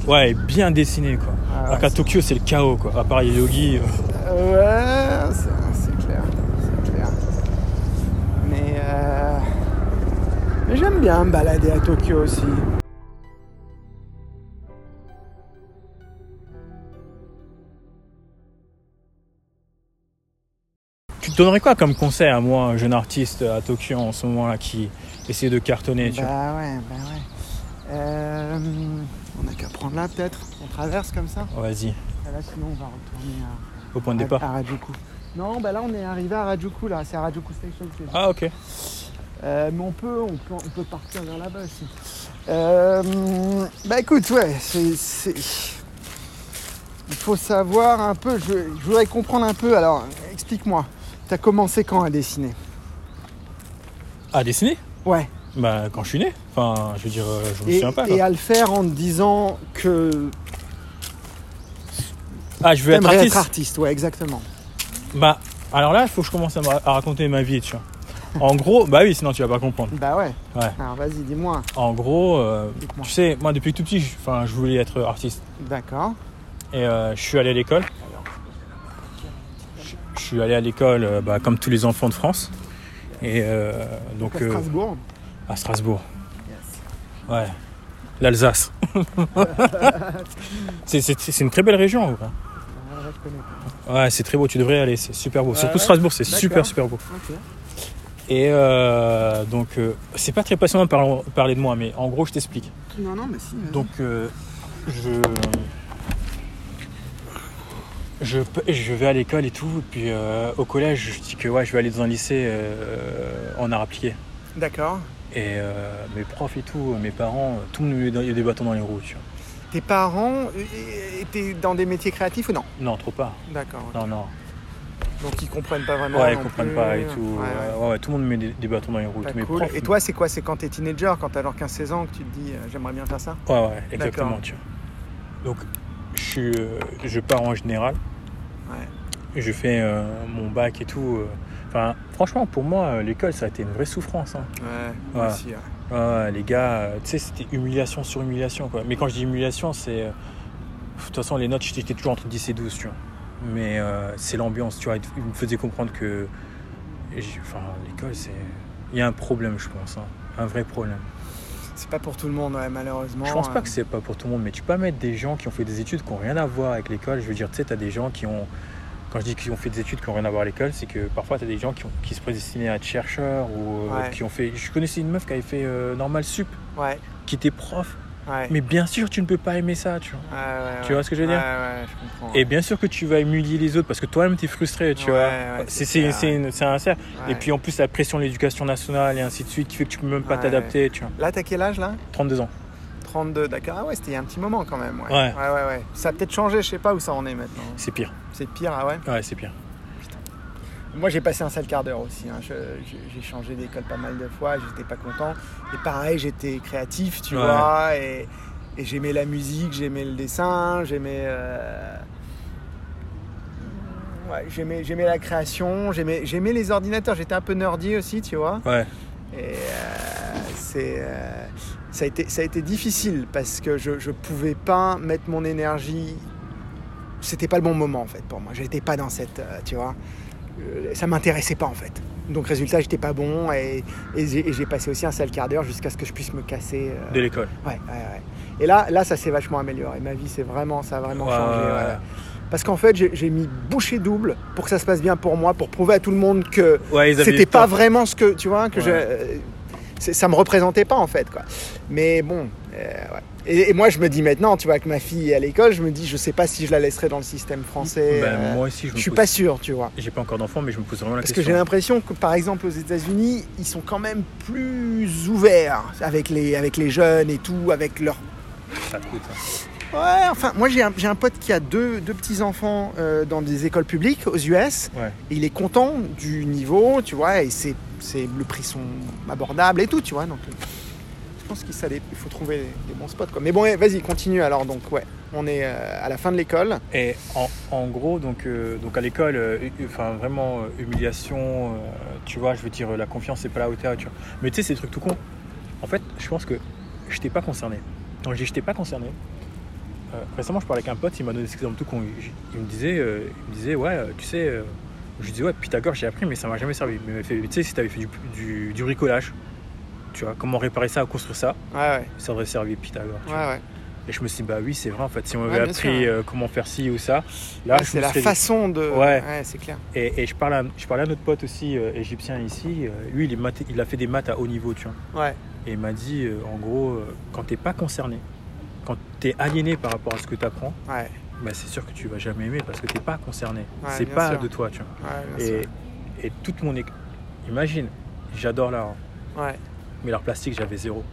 S2: ouais.
S3: ouais, bien dessiné quoi.
S2: Ah,
S3: Alors qu'à Tokyo, c'est le chaos quoi. À part les yogis. euh,
S2: Ouais, c'est c'est clair, c'est clair. Mais, euh, mais j'aime bien me balader à Tokyo aussi.
S3: Tu te donnerais quoi comme conseil à moi, un jeune artiste à Tokyo en ce moment là qui essaie de cartonner tu vois
S2: bah ouais, bah ouais. Euh, on n'a qu'à prendre là peut-être. On traverse comme ça.
S3: Vas-y,
S2: Ah, Là sinon on va retourner à-
S3: au point de
S2: à,
S3: départ.
S2: à Rajuku. Non, bah là on est arrivé à Rajuku là. C'est à Rajuku Station. que c'est.
S3: Ah ok.
S2: Euh, mais on peut, on peut, on peut partir vers là-bas aussi. Euh, bah écoute, ouais, c'est, c'est- il faut savoir un peu. Je, je voudrais comprendre un peu. Alors, explique-moi. T'as commencé quand à dessiner
S3: À dessiner
S2: Ouais.
S3: Bah quand je suis né. Enfin, je veux dire, euh, je me
S2: Et,
S3: souviens pas.
S2: et
S3: quoi.
S2: à le faire en te disant que
S3: Ah, je veux être
S2: t'aimerais
S3: artiste.
S2: être artiste. Ouais, exactement.
S3: Bah alors là, il faut que je commence à, me ra- à raconter ma vie, tu vois. En gros, bah oui, sinon tu vas pas comprendre.
S2: Bah ouais.
S3: Ouais.
S2: Alors vas-y, dis-moi.
S3: En gros, euh,
S2: Dites-moi.
S3: tu sais, moi depuis tout petit, je, enfin, je voulais être artiste.
S2: D'accord.
S3: Et euh, je suis allé à l'école. Je, je suis allé à l'école euh, bah, comme tous les enfants de France. Et euh, donc
S2: À
S3: euh,
S2: Strasbourg.
S3: à Strasbourg. Ouais. L'Alsace. c'est, c'est- c'est une très belle région. en vrai.
S2: Ah, ouais, je connais pas.
S3: Ouais, c'est très beau, tu devrais aller, c'est super beau.
S2: Ouais,
S3: Surtout
S2: ouais.
S3: Strasbourg, c'est super,
S2: D'accord.
S3: super beau.
S2: Ok.
S3: Et euh, donc, euh, c'est pas très passionnant de par- parler de moi, mais en gros, je t'explique.
S2: Non, non, mais si. vas-y.
S3: Donc, euh, je. Je, peux- je vais à l'école et tout, et puis euh, au collège, je dis que ouais, je vais aller dans un lycée euh, en art appliqué.
S2: D'accord.
S3: Et euh, mes profs et tout, mes parents, euh, tout le monde me met des bâtons dans les roues, tu vois.
S2: Tes parents euh, étaient dans des métiers créatifs ou non
S3: Non, trop pas.
S2: D'accord. ok.
S3: Non, non.
S2: Donc ils comprennent pas vraiment.
S3: ouais, ils
S2: non
S3: comprennent
S2: plus.
S3: pas et tout.
S2: Ouais, ouais.
S3: Ouais, ouais, tout le monde met des, des bâtons dans les roues.
S2: Pas
S3: tous mes
S2: cool.
S3: profs.
S2: Et toi, c'est quoi C'est quand t'es teenager, quand t'as alors 15-16 ans, que tu te dis euh, j'aimerais bien faire ça
S3: Ouais, ouais, exactement.
S2: D'accord.
S3: Tu vois. Donc, je, suis, euh, je pars en général.
S2: Ouais.
S3: Et Je fais euh, mon bac et tout. euh. Enfin, franchement, pour moi, euh, l'école, ça a été une vraie souffrance. hein.
S2: Ouais,
S3: moi Ouais.
S2: euh,
S3: aussi, Ouais, les gars, euh, tu sais, c'était humiliation sur humiliation. Quoi. Mais quand je dis humiliation, c'est. euh, De toute façon, les notes, j'étais j'étais toujours entre 10 et 12, tu vois. Mais euh, c'est l'ambiance, tu vois. Ils ils me faisaient comprendre que. et j'ai- Enfin, l'école, c'est. Il y a un problème, je pense. hein. Un vrai problème.
S2: C'est pas pour tout le monde, ouais, malheureusement.
S3: Je pense
S2: euh,
S3: pas que c'est pas pour tout le monde, mais tu peux pas mettre des gens qui ont fait des études qui ont rien à voir avec l'école. Je veux dire, tu sais, t'as des gens qui ont. Quand je dis qu'ils ont fait des études qui ont rien à voir avec l'école, c'est que parfois t'as des gens qui, ont- qui se prédestinaient à être chercheurs ou euh,
S2: Ouais.
S3: qui ont fait. Je connaissais une meuf qui avait fait euh, normal sup,
S2: Ouais,
S3: qui était prof.
S2: ouais.
S3: Mais bien sûr, tu ne peux pas aimer ça, tu vois.
S2: Ouais, ouais,
S3: Tu
S2: ouais.
S3: vois ce que je veux dire
S2: Ouais, ouais, je comprends.
S3: Et bien sûr que tu vas humilier les autres parce que toi-même t'es frustré, tu
S2: Ouais,
S3: vois.
S2: ouais,
S3: c'est
S2: c'est
S3: c'est-
S2: clair.
S3: c'est une- c'est un cercle.
S2: Ouais.
S3: Et puis en plus la pression de l'éducation nationale et ainsi de suite qui fait que tu peux même pas
S2: Ouais.
S3: t'adapter, tu vois.
S2: Là, t'as quel âge là
S3: 32 ans.
S2: 32, d'accord. Ah ouais, c'était il y a un petit moment quand même. Ouais,
S3: Ouais.
S2: ouais, ouais. ouais. Ça a peut-être changé, je sais pas où ça en est maintenant.
S3: C'est pire.
S2: C'est pire, ah ouais.
S3: Ouais, c'est pire.
S2: Moi, j'ai passé un sale quart d'heure aussi. hein. Je- je- J'ai changé d'école pas mal de fois. J'étais pas content. Et pareil, j'étais créatif, tu
S3: Ouais.
S2: vois. Et, et j'aimais la musique, j'aimais le dessin, j'aimais. euh, ouais, j'aimais, j'aimais la création, j'aimais, j'aimais les ordinateurs. J'étais un peu nerdy aussi, tu vois.
S3: Ouais.
S2: Et euh, c'est, euh, ça, a été, ça a été difficile parce que je, je pouvais pas mettre mon énergie. C'était pas le bon moment en fait pour moi. J'étais pas dans cette. euh, tu vois. Euh, ça m'intéressait pas en fait. Donc résultat, j'étais pas bon et, et j'ai et j'ai passé aussi un sale quart d'heure jusqu'à ce que je puisse me casser. euh,
S3: De l'école.
S2: ouais, ouais, ouais. Et là, là, ça s'est vachement amélioré. Ma vie, c'est vraiment, ça a vraiment
S3: Ouais,
S2: changé.
S3: ouais,
S2: ouais,
S3: ouais.
S2: ouais. Parce qu'en fait, j'ai j'ai mis bouchée double pour que ça se passe bien pour moi, pour prouver à tout le monde que
S3: Ouais, ils avaient
S2: c'était pas
S3: tort.
S2: vraiment ce que tu vois que
S3: Ouais.
S2: je euh, c'est- ça me représentait pas en fait quoi mais bon Et, et moi, je me dis maintenant, tu vois, que ma fille est à l'école, je me dis, je sais pas si je la laisserai dans le système français.
S3: Ben,
S2: euh,
S3: moi aussi, je me
S2: je suis
S3: pose-
S2: pas sûr, tu vois.
S3: J'ai pas encore d'enfant, mais je me pose vraiment la
S2: Parce que j'ai
S3: question.
S2: l'impression que, par exemple, aux États-Unis, ils sont quand même plus ouverts avec les, avec les jeunes et tout, avec leurs
S3: Ça coûte. hein.
S2: Ouais, enfin, moi j'ai un, j'ai un pote qui a deux, deux petits-enfants euh, dans des écoles publiques aux US.
S3: Ouais.
S2: Et il est content du niveau, tu vois, et c'est, c'est, le prix sont abordables et tout, tu vois. Donc, euh, je pense qu'il ça dé- il faut trouver des bons spots, quoi. Mais bon, eh, vas-y, continue alors. Donc, ouais, on est euh, à la fin de l'école.
S3: Et en, en gros, donc, euh, donc à l'école, euh, hu- enfin vraiment euh, humiliation, euh, tu vois, je veux dire, euh, la confiance c'est pas à la hauteur. Tu vois. Mais tu sais, c'est des trucs tout con. En fait, je pense que je t'ai pas concerné. Quand je dis je t'ai pas concerné, euh, récemment je parlais avec un pote, il m'a donné cet exemple tout con. Il, il me disait, euh, il me disait, ouais, euh, tu sais, euh, je lui disais, ouais, Pythagore j'ai appris, mais ça m'a jamais servi. Mais il m'a fait, tu sais, si t'avais fait du, du- du bricolage, tu vois, comment réparer ça, construire ça,
S2: Ouais, ouais,
S3: ça aurait servi Pythagore. tu
S2: ouais,
S3: vois.
S2: ouais.
S3: Et je me suis dit, bah oui, c'est vrai, en fait, si on
S2: Ouais,
S3: avait
S2: bien
S3: appris
S2: sûr.
S3: euh, comment faire ci ou ça, là,
S2: Ouais,
S3: je
S2: c'est
S3: me
S2: la
S3: serais dit-
S2: façon de.
S3: Ouais.
S2: c'est clair.
S3: Et, et je, parle à, je parlais à notre pote aussi, euh, égyptien ici, euh, lui, il, est mathé- il a fait des maths à haut niveau, tu vois.
S2: Ouais,
S3: Et il m'a dit, euh, en gros, euh, quand t'es pas concerné, quand t'es aliéné par rapport à ce que t'apprends,
S2: ouais,
S3: bah c'est sûr que tu vas jamais aimer parce que t'es pas concerné.
S2: Ouais,
S3: c'est
S2: bien
S3: pas
S2: sûr.
S3: de toi, tu vois.
S2: ouais, bien
S3: Et,
S2: sûr.
S3: et toute mon... é- Imagine, j'adore l'art, hein,
S2: Ouais,
S3: mais l'art plastique, j'avais zéro.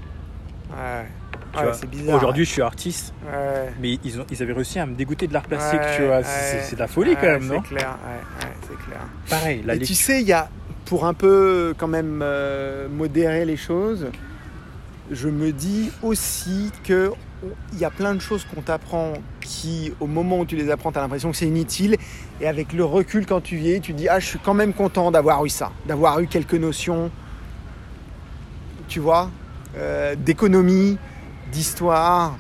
S2: ouais.
S3: Tu
S2: Ouais,
S3: vois,
S2: c'est bizarre.
S3: Aujourd'hui, je suis artiste,
S2: ouais. Ouais.
S3: mais ils, ont, ils avaient réussi à me dégoûter de l'art plastique,
S2: Ouais,
S3: tu vois.
S2: ouais.
S3: C'est c'est de la folie quand
S2: Ouais,
S3: même, non
S2: C'est clair, ouais, ouais, c'est clair.
S3: Pareil, la
S2: Et tu
S3: lecture.
S2: sais, il y a, pour un peu quand même euh, modérer les choses, je me dis aussi que on- il y a plein de choses qu'on t'apprend qui, au moment où tu les apprends, tu as l'impression que c'est inutile. Et avec le recul, quand tu y es, tu dis Ah, je suis quand même content d'avoir eu ça, d'avoir eu quelques notions, tu vois, euh, d'économie, d'histoire,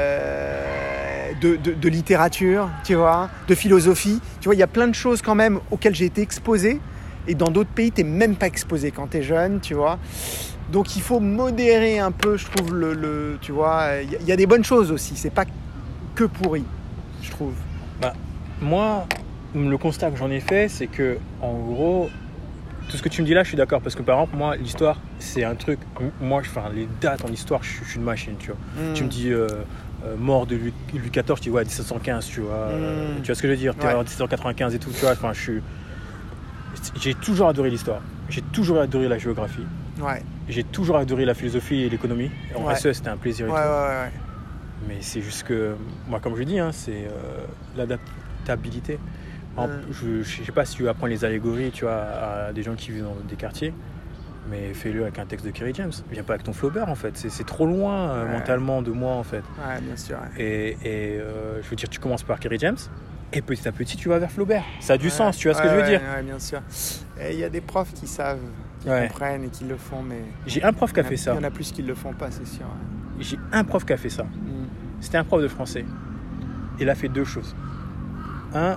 S2: euh, de, de- de littérature, tu vois, de philosophie. Tu vois, il y a plein de choses quand même auxquelles j'ai été exposé. Et dans d'autres pays, t'es même pas exposé quand t'es jeune, tu vois. Donc il faut modérer un peu, je trouve, le, le- tu vois. Il y a- il y, a des bonnes choses aussi. C'est pas que pourri, je trouve.
S3: Moi, le constat que j'en ai fait, c'est que, en gros, tout ce que tu me dis là, je suis d'accord. Parce que, par exemple, moi, l'histoire, c'est un truc. m- Moi, je- enfin, les dates en histoire, je, je suis une machine, tu vois.
S2: Mm.
S3: Tu me dis euh, euh, mort de Louis, Louis XIV, tu dis ouais, 1715, tu vois. euh,
S2: Mm.
S3: Tu vois ce que je veux dire T'es
S2: Ouais.
S3: en 1795 et tout, tu vois. Enfin, je suis. J'ai toujours adoré l'histoire. J'ai toujours adoré la géographie.
S2: Mm. Ouais,
S3: J'ai toujours adoré la philosophie et l'économie. En
S2: Ouais.
S3: SE, c'était un plaisir. et
S2: ouais, ouais,
S3: tout.
S2: ouais.
S3: Mais c'est juste que, moi, comme je dis, hein, c'est euh, l'adaptabilité. En-
S2: Mm.
S3: Je, je sais pas si tu apprends les allégories, tu vois, à des gens qui vivent dans des quartiers, mais fais-le avec un texte de Kerry James. Viens pas avec ton Flaubert, en fait. C'est- C'est trop loin euh,
S2: Ouais.
S3: mentalement de moi, en fait.
S2: Ouais, bien sûr. ouais.
S3: Et, et, euh, je veux dire, tu commences par Kerry James, et petit à petit, tu vas vers Flaubert. Ça a du
S2: Ouais.
S3: sens, tu vois ce que
S2: Ouais,
S3: je veux
S2: ouais,
S3: dire
S2: Ouais, bien sûr. Et il y a des profs qui savent, qui
S3: Ouais.
S2: comprennent et qui le font, mais.
S3: J'ai un prof qui a fait
S2: Il
S3: ça.
S2: y en a plus qui le font pas, c'est sûr. ouais.
S3: J'ai un prof qui a fait ça.
S2: Mm.
S3: C'était un prof de français. Il a fait deux choses. Un,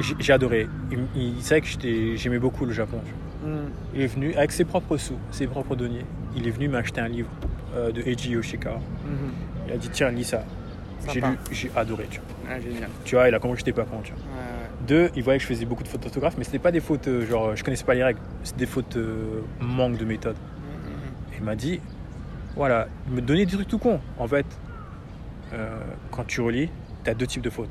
S3: j'ai j'ai adoré. Il, il savait que j'étais- j'aimais beaucoup le Japon. tu vois.
S2: Mm.
S3: Il est venu avec ses propres sous, ses propres deniers. Il est venu m'acheter un livre euh, de Eiji Yoshikawa.
S2: Mhm.
S3: Il a dit tiens lis ça. J'ai
S2: Sympa.
S3: lu, j'ai adoré. Tu vois.
S2: Ah, génial.
S3: tu vois, il a compris que j'étais pas con. Tu vois.
S2: Ouais, ouais.
S3: Deux, il voyait que je faisais beaucoup de fautes d'orthographe, mais c'était pas des fautes euh, genre je connaissais pas les règles. C'était des fautes euh, manque de méthode.
S2: Mm,
S3: Il m'a dit, voilà, il me donner des trucs tout con. En fait, euh, quand tu relis, tu as deux types de fautes.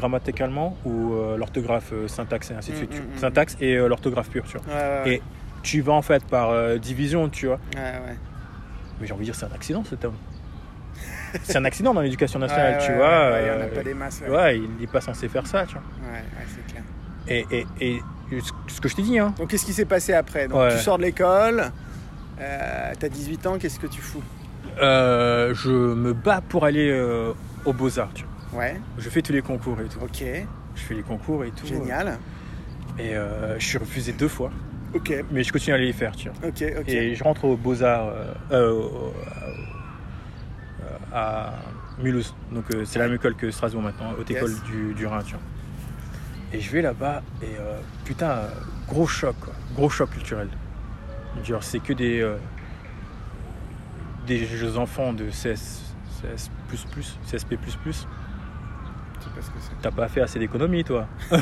S3: Grammaticalement ou euh, l'orthographe, euh, syntaxe et ainsi de
S2: Mm,
S3: suite. tu-
S2: mm, mm.
S3: Syntaxe et euh, l'orthographe pure, tu vois.
S2: mm, mm. Ouais, ouais,
S3: Et- Tu vas en fait par euh, division, tu vois.
S2: ouais, ouais.
S3: Mais j'ai envie de dire, c'est un accident cet homme. c'est un accident dans l'éducation nationale,
S2: Ouais,
S3: tu
S2: ouais,
S3: vois.
S2: ouais, ouais,
S3: euh,
S2: Il y en a pas des masses. Ouais, ouais.
S3: ouais, il n'est pas censé faire ça, tu vois.
S2: ouais, c'est clair.
S3: Et, et, et ce- ce que je t'ai dit, hein.
S2: Donc, qu'est-ce qui s'est passé après Donc,
S3: Ouais.
S2: tu sors de l'école, euh, t'as 18 ans, qu'est-ce que tu fous
S3: euh, je me bats pour aller euh, aux Beaux-Arts, tu vois.
S2: Ouais,
S3: Je fais tous les concours et tout.
S2: ok,
S3: Je fais les concours et tout.
S2: génial.
S3: Et euh, je suis refusé deux fois,
S2: Ok,
S3: mais je continue à aller les faire, tu vois.
S2: ok, ok.
S3: Et je rentre aux Beaux-Arts euh, euh, au- euh, à Mulhouse. Donc euh, c'est la même école que Strasbourg maintenant, haute
S2: Yes.
S3: école du, du Rhin, tu vois. Et je vais là-bas et euh, putain, euh, gros choc, quoi. gros choc culturel. Genre c'est que des, euh, des jeux enfants de CS, CS++, CSP++.
S2: Je sais pas ce que c'est.
S3: T'as pas fait assez d'économie, toi.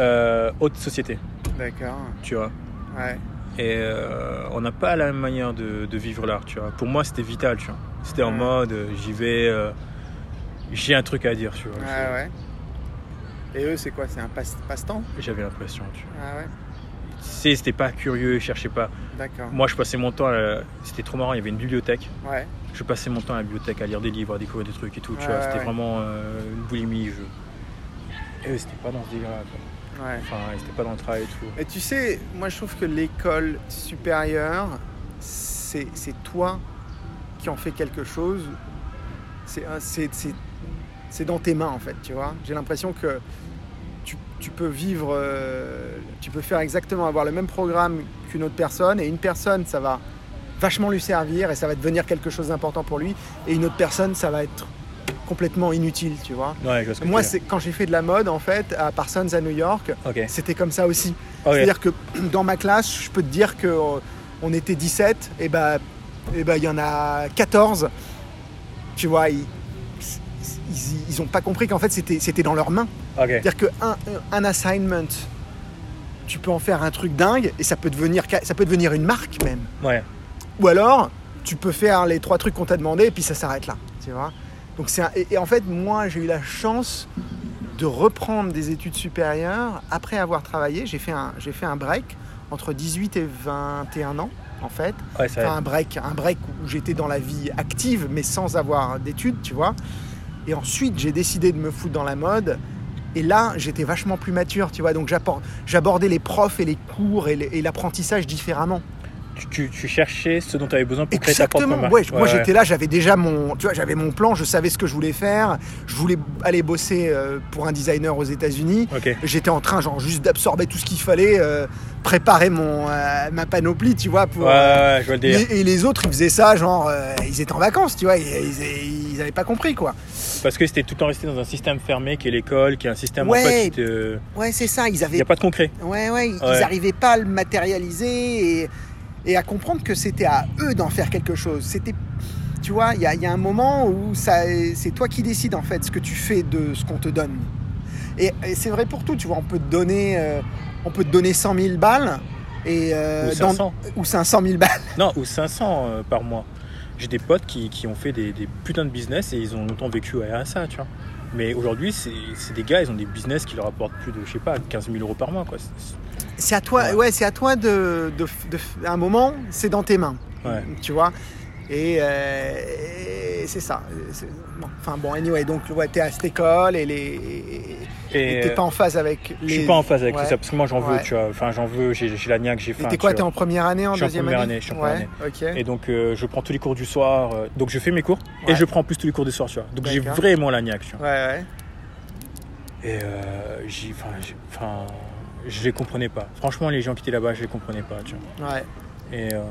S3: Euh, haute société,
S2: D'accord,
S3: tu vois.
S2: ouais.
S3: Et euh, on n'a pas la même manière de, de vivre l'art, tu vois. Pour moi, c'était vital, tu vois. C'était en
S2: Ouais.
S3: mode, euh, j'y vais, euh, j'ai un truc à dire, tu vois.
S2: Ah Ouais, ouais. Et eux, c'est quoi C'est un passe- passe-temps
S3: J'avais l'impression, tu vois.
S2: Ah ouais,
S3: Tu sais, c'était pas curieux, je cherchais pas.
S2: d'accord.
S3: Moi, je passais mon temps, à la- c'était trop marrant, il y avait une bibliothèque.
S2: Ouais,
S3: Je passais mon temps à la bibliothèque à lire des livres, à découvrir des trucs et tout, tu
S2: Ouais,
S3: vois.
S2: ouais,
S3: C'était
S2: ouais.
S3: vraiment euh, une boulimie, je... Et eux, c'était pas dans ce délire-là, quoi.
S2: ouais.
S3: Enfin, ils étaient pas dans le travail et tout.
S2: Et tu sais, moi je trouve que l'école supérieure, c'est c'est toi qui en fais quelque chose. C'est un- c'est- c'est- c'est dans tes mains en fait, tu vois. J'ai l'impression que tu, tu peux vivre, euh, tu peux faire exactement avoir le même programme qu'une autre personne et une personne, ça va vachement lui servir et ça va devenir quelque chose d'important pour lui et une autre personne, ça va être complètement inutile, tu vois.
S3: Ouais, je vois ce que
S2: Moi,
S3: tu veux
S2: c'est quand j'ai fait de la mode en fait à Parsons à New York,
S3: dire. Ok.
S2: c'était comme ça aussi.
S3: Ok.
S2: C'est-à-dire que dans ma classe, je peux te dire que euh, on était 17, et bah, et bah, il y en a 14. Tu vois, ils, ils, ils ont pas compris qu'en fait c'était, c'était dans leurs mains.
S3: Ok.
S2: C'est-à-dire que un, un assignment, tu peux en faire un truc dingue et ça peut devenir, ca- ça peut devenir une marque même.
S3: Ouais.
S2: Ou alors, tu peux faire les trois trucs qu'on t'a demandé et puis ça s'arrête là, tu vois. Donc c'est un- et, et en fait, moi, j'ai eu la chance de reprendre des études supérieures après avoir travaillé. J'ai fait un, j'ai fait un break entre 18 et 21 ans, en fait.
S3: Ouais, ça
S2: Enfin, un break, un break où j'étais dans la vie active, mais sans avoir d'études, tu vois. Et ensuite, j'ai décidé de me foutre dans la mode. Et là, j'étais vachement plus mature, tu vois. Donc j'appor- j'abordais les profs et les cours et les- et l'apprentissage différemment.
S3: tu, tu, tu cherchais ce dont tu avais besoin pour créer ta propre
S2: Exactement.
S3: marque.
S2: Ouais, moi j'étais là, j'avais déjà mon, tu vois, j'avais mon plan, je savais ce que je voulais faire. Je voulais aller bosser euh, pour un designer aux États-Unis.
S3: Ok.
S2: J'étais en train genre juste d'absorber tout ce qu'il fallait, euh, préparer mon euh, ma panoplie, tu vois,
S3: Ouais,
S2: pour. euh,
S3: ouais, ouais, je vois le délire.
S2: et, et les autres, ils faisaient ça, genre, euh, ils étaient en vacances, tu vois, ils, ils, ils avaient pas compris, quoi.
S3: Parce que c'était tout le temps resté dans un système fermé qui est l'école, qui est un système
S2: Ouais.
S3: en fait. qui te-
S2: Ouais, c'est ça, ils
S3: Il n'y
S2: avaient
S3: a pas de concret.
S2: Ouais, ouais, ils
S3: Ouais.
S2: n'arrivaient pas à le matérialiser et, et à comprendre que c'était à eux d'en faire quelque chose. C'était, tu vois, il y a, il y a un moment où ça, c'est toi qui décides en fait ce que tu fais de ce qu'on te donne. Et, et c'est vrai pour tout, tu vois, on peut te donner, euh, on peut te donner 100 000 balles et euh,
S3: ou
S2: dans-
S3: 500.
S2: ou 500 000 balles.
S3: Non, ou 500 euh, par mois. J'ai des potes qui, qui ont fait des, des putains de business et ils ont longtemps vécu à RSA, tu vois. Mais aujourd'hui, c'est c'est des gars, ils ont des business qui leur apportent plus de, je sais pas, 15 000 euros par mois, quoi. C'est- c'est-
S2: C'est à toi,
S3: Ouais.
S2: ouais, c'est à toi de, de, de- à un moment, c'est dans tes mains.
S3: Ouais.
S2: Tu vois Et, euh, et c'est ça. C'est- bon, Enfin bon, anyway, donc ouais, t'es à cette école et les. Et t'es
S3: euh,
S2: pas en phase avec les.
S3: Je suis pas en phase avec
S2: Ouais.
S3: tout ça parce que moi j'en veux,
S2: Ouais.
S3: tu vois. Enfin, j'en veux, j'ai j'ai la niaque, j'ai faim.
S2: Et t'es quoi
S3: tu
S2: T'es
S3: vois.
S2: en première année, en
S3: Je suis en
S2: deuxième
S3: première
S2: année,
S3: année, je suis en
S2: ouais, Ok.
S3: Et donc euh, je prends tous les cours du soir. euh, donc je fais mes cours
S2: Ouais.
S3: et je prends en plus tous les cours du soir, tu vois. Donc j'ai
S2: D'accord.
S3: vraiment la niaque, tu vois.
S2: Ouais, ouais.
S3: Et euh, j'ai- enfin, j'ai- enfin, je les comprenais pas. Franchement, les gens qui étaient là-bas, je les comprenais pas, tu vois.
S2: Ouais,
S3: Et euh,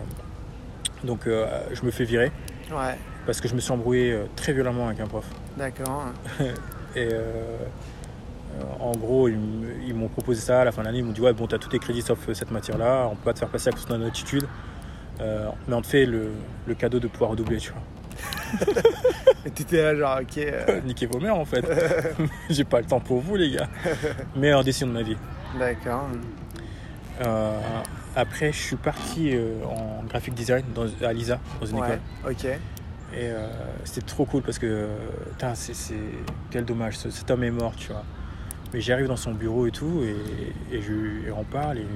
S3: donc euh, je me fais virer
S2: ouais.
S3: parce que je me suis embrouillé euh, très violemment avec un prof.
S2: D'accord.
S3: Et euh, euh, en gros, ils, m- ils m'ont proposé ça à la fin de l'année. Ils m'ont dit Ouais, bon, t'as tous tes crédits sauf euh, cette matière-là. On peut pas te faire passer à cause de notre attitude. Euh, mais on te fait le, le cadeau de pouvoir redoubler, tu vois.
S2: Et t'étais là, genre, ok. euh,
S3: Niquez vos mères, en fait. J'ai pas le temps pour vous, les gars. Mais en décision de ma vie.
S2: D'accord.
S3: Euh, après, je suis parti euh, en graphic design dans, à Lisa, dans une
S2: Ouais,
S3: école.
S2: ok.
S3: Et euh, c'était trop cool parce que, euh, putain, c'est, c'est- quel dommage, ce- cet homme est mort, tu vois. Mais j'arrive dans son bureau et tout, et, et je, et on parle, et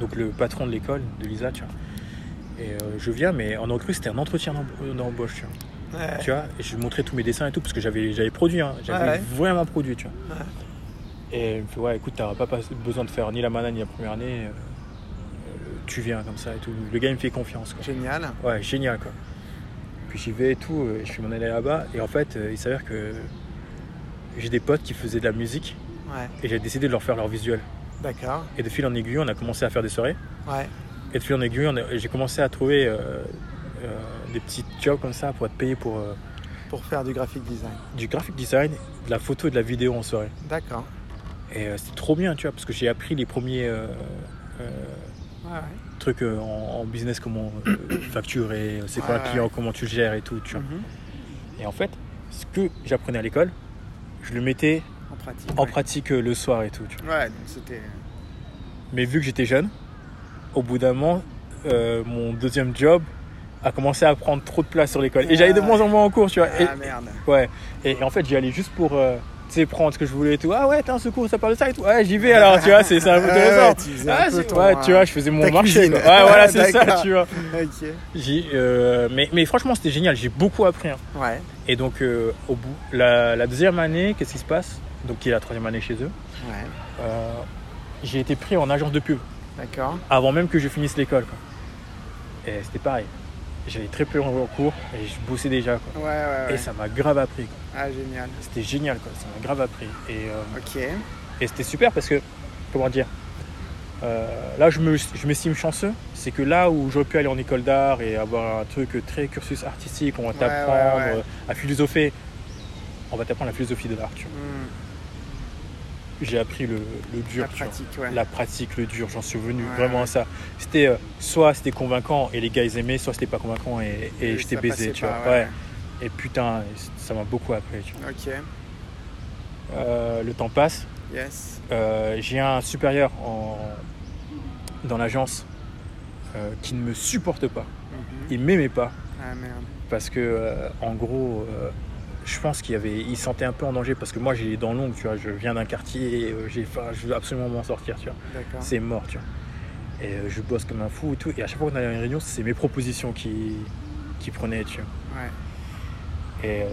S3: donc le patron de l'école, de Lisa, tu vois. Et euh, je viens, mais on aurait cru que c'était un entretien d'em- d'embauche, tu vois.
S2: Ouais,
S3: Tu vois, et je lui montrais tous mes dessins et tout, parce que j'avais, j'avais produit, hein. j'avais
S2: Ouais, ouais.
S3: vraiment produit, tu vois. Et il me fait, ouais, écoute, t'auras pas pas- besoin de faire ni la mana ni la première année, euh, euh, tu viens comme ça et tout. Le gars, il me fait confiance, quoi.
S2: Génial.
S3: Ouais, génial quoi. Puis j'y vais et tout, euh, je suis m'en aller là-bas et en fait euh, il s'avère que j'ai des potes qui faisaient de la musique
S2: Ouais,
S3: et j'ai décidé de leur faire leur visuel.
S2: d'accord.
S3: Et de fil en aiguille on a commencé à faire des soirées
S2: Ouais,
S3: et de fil en aiguille on a- j'ai commencé à trouver euh, euh, des petits jobs comme ça pour être payé pour euh,
S2: pour faire du graphic design.
S3: du graphic design, de la photo et de la vidéo en soirée.
S2: D'accord.
S3: Et euh, c'était trop bien tu vois parce que j'ai appris les premiers euh, euh,
S2: Ouais, ouais.
S3: trucs euh, en, en business comment euh, facturer, c'est quoi
S2: Ouais,
S3: un client, comment tu le gères et tout tu vois.
S2: Mhm.
S3: Et en fait, ce que j'apprenais à l'école, je le mettais
S2: En pratique.
S3: en
S2: ouais.
S3: pratique euh, le soir et tout. tu vois.
S2: Ouais, donc c'était.
S3: Mais vu que j'étais jeune, au bout d'un moment, euh, mon deuxième job a commencé à prendre trop de place sur l'école. Et j'allais de moins en moins en cours, tu vois. Et-
S2: Ah merde.
S3: ouais. Et, et en fait, j'y allais juste pour euh, tu sais, prendre ce que je voulais et tout. Ah ouais, t'as un secours, ça parle de ça et tout. Ouais, j'y vais alors, tu vois, c'est c'est un peu intéressant.
S2: Ouais, ouais, tu faisais un
S3: Ah,
S2: peu
S3: c'est-
S2: ton,
S3: ouais,
S2: euh,
S3: tu vois, je faisais mon
S2: ta
S3: marché.
S2: cuisine.
S3: quoi. Ouais, voilà, c'est ça,
S2: D'accord.
S3: tu vois.
S2: Ok.
S3: J'ai, euh, mais, mais franchement, c'était génial. J'ai beaucoup appris. hein.
S2: Ouais.
S3: Et donc, euh, au bout, la, la deuxième année, qu'est-ce qui se passe Donc, qui est la troisième année chez eux.
S2: Ouais.
S3: euh, j'ai été pris en agence de pub
S2: D'accord.
S3: avant même que je finisse l'école. quoi. Et c'était pareil. J'avais très peu en cours et je bossais déjà. quoi.
S2: Ouais, Ah ouais,
S3: Et ça m'a grave appris. quoi.
S2: Ah, génial.
S3: C'était génial. Quoi. Ça m'a grave appris. Et, euh,
S2: Ok.
S3: et c'était super parce que, comment dire, euh, là je me- je m'estime chanceux. C'est que là où j'aurais pu aller en école d'art et avoir un truc très cursus artistique, on va
S2: Ouais,
S3: t'apprendre
S2: ouais, ouais.
S3: euh, à philosopher. On va t'apprendre la philosophie de l'art. tu vois.
S2: Hmm,
S3: J'ai appris le, le dur.
S2: la
S3: tu vois.
S2: pratique, ouais.
S3: la pratique, le dur, j'en suis venu
S2: Ouais,
S3: vraiment
S2: ouais.
S3: à ça. C'était euh, soit c'était convaincant et les gars ils aimaient, soit c'était pas convaincant et, et
S2: Et
S3: j'étais
S2: ça
S3: baisé,
S2: passait
S3: tu
S2: pas,
S3: vois.
S2: ouais.
S3: Ouais. Et putain, ça m'a beaucoup appris. tu vois.
S2: Ok.
S3: Euh, le temps passe.
S2: Yes.
S3: Euh, J'ai un supérieur en... dans l'agence euh, qui ne me supporte pas.
S2: Mhm.
S3: Il m'aimait pas
S2: Ah, merde.
S3: parce que euh, en gros. euh, je pense qu'il y avait, il se sentait un peu en danger parce que moi j'ai les dents longues, tu vois. Je viens d'un quartier, euh, j'ai, faim, je veux absolument m'en sortir, tu vois.
S2: D'accord.
S3: c'est mort, tu vois. Et euh, je bosse comme un fou et tout. Et à chaque fois qu'on allait à une réunion, c'est mes propositions qui, qui prenaient, tu vois.
S2: Ouais.
S3: Et euh,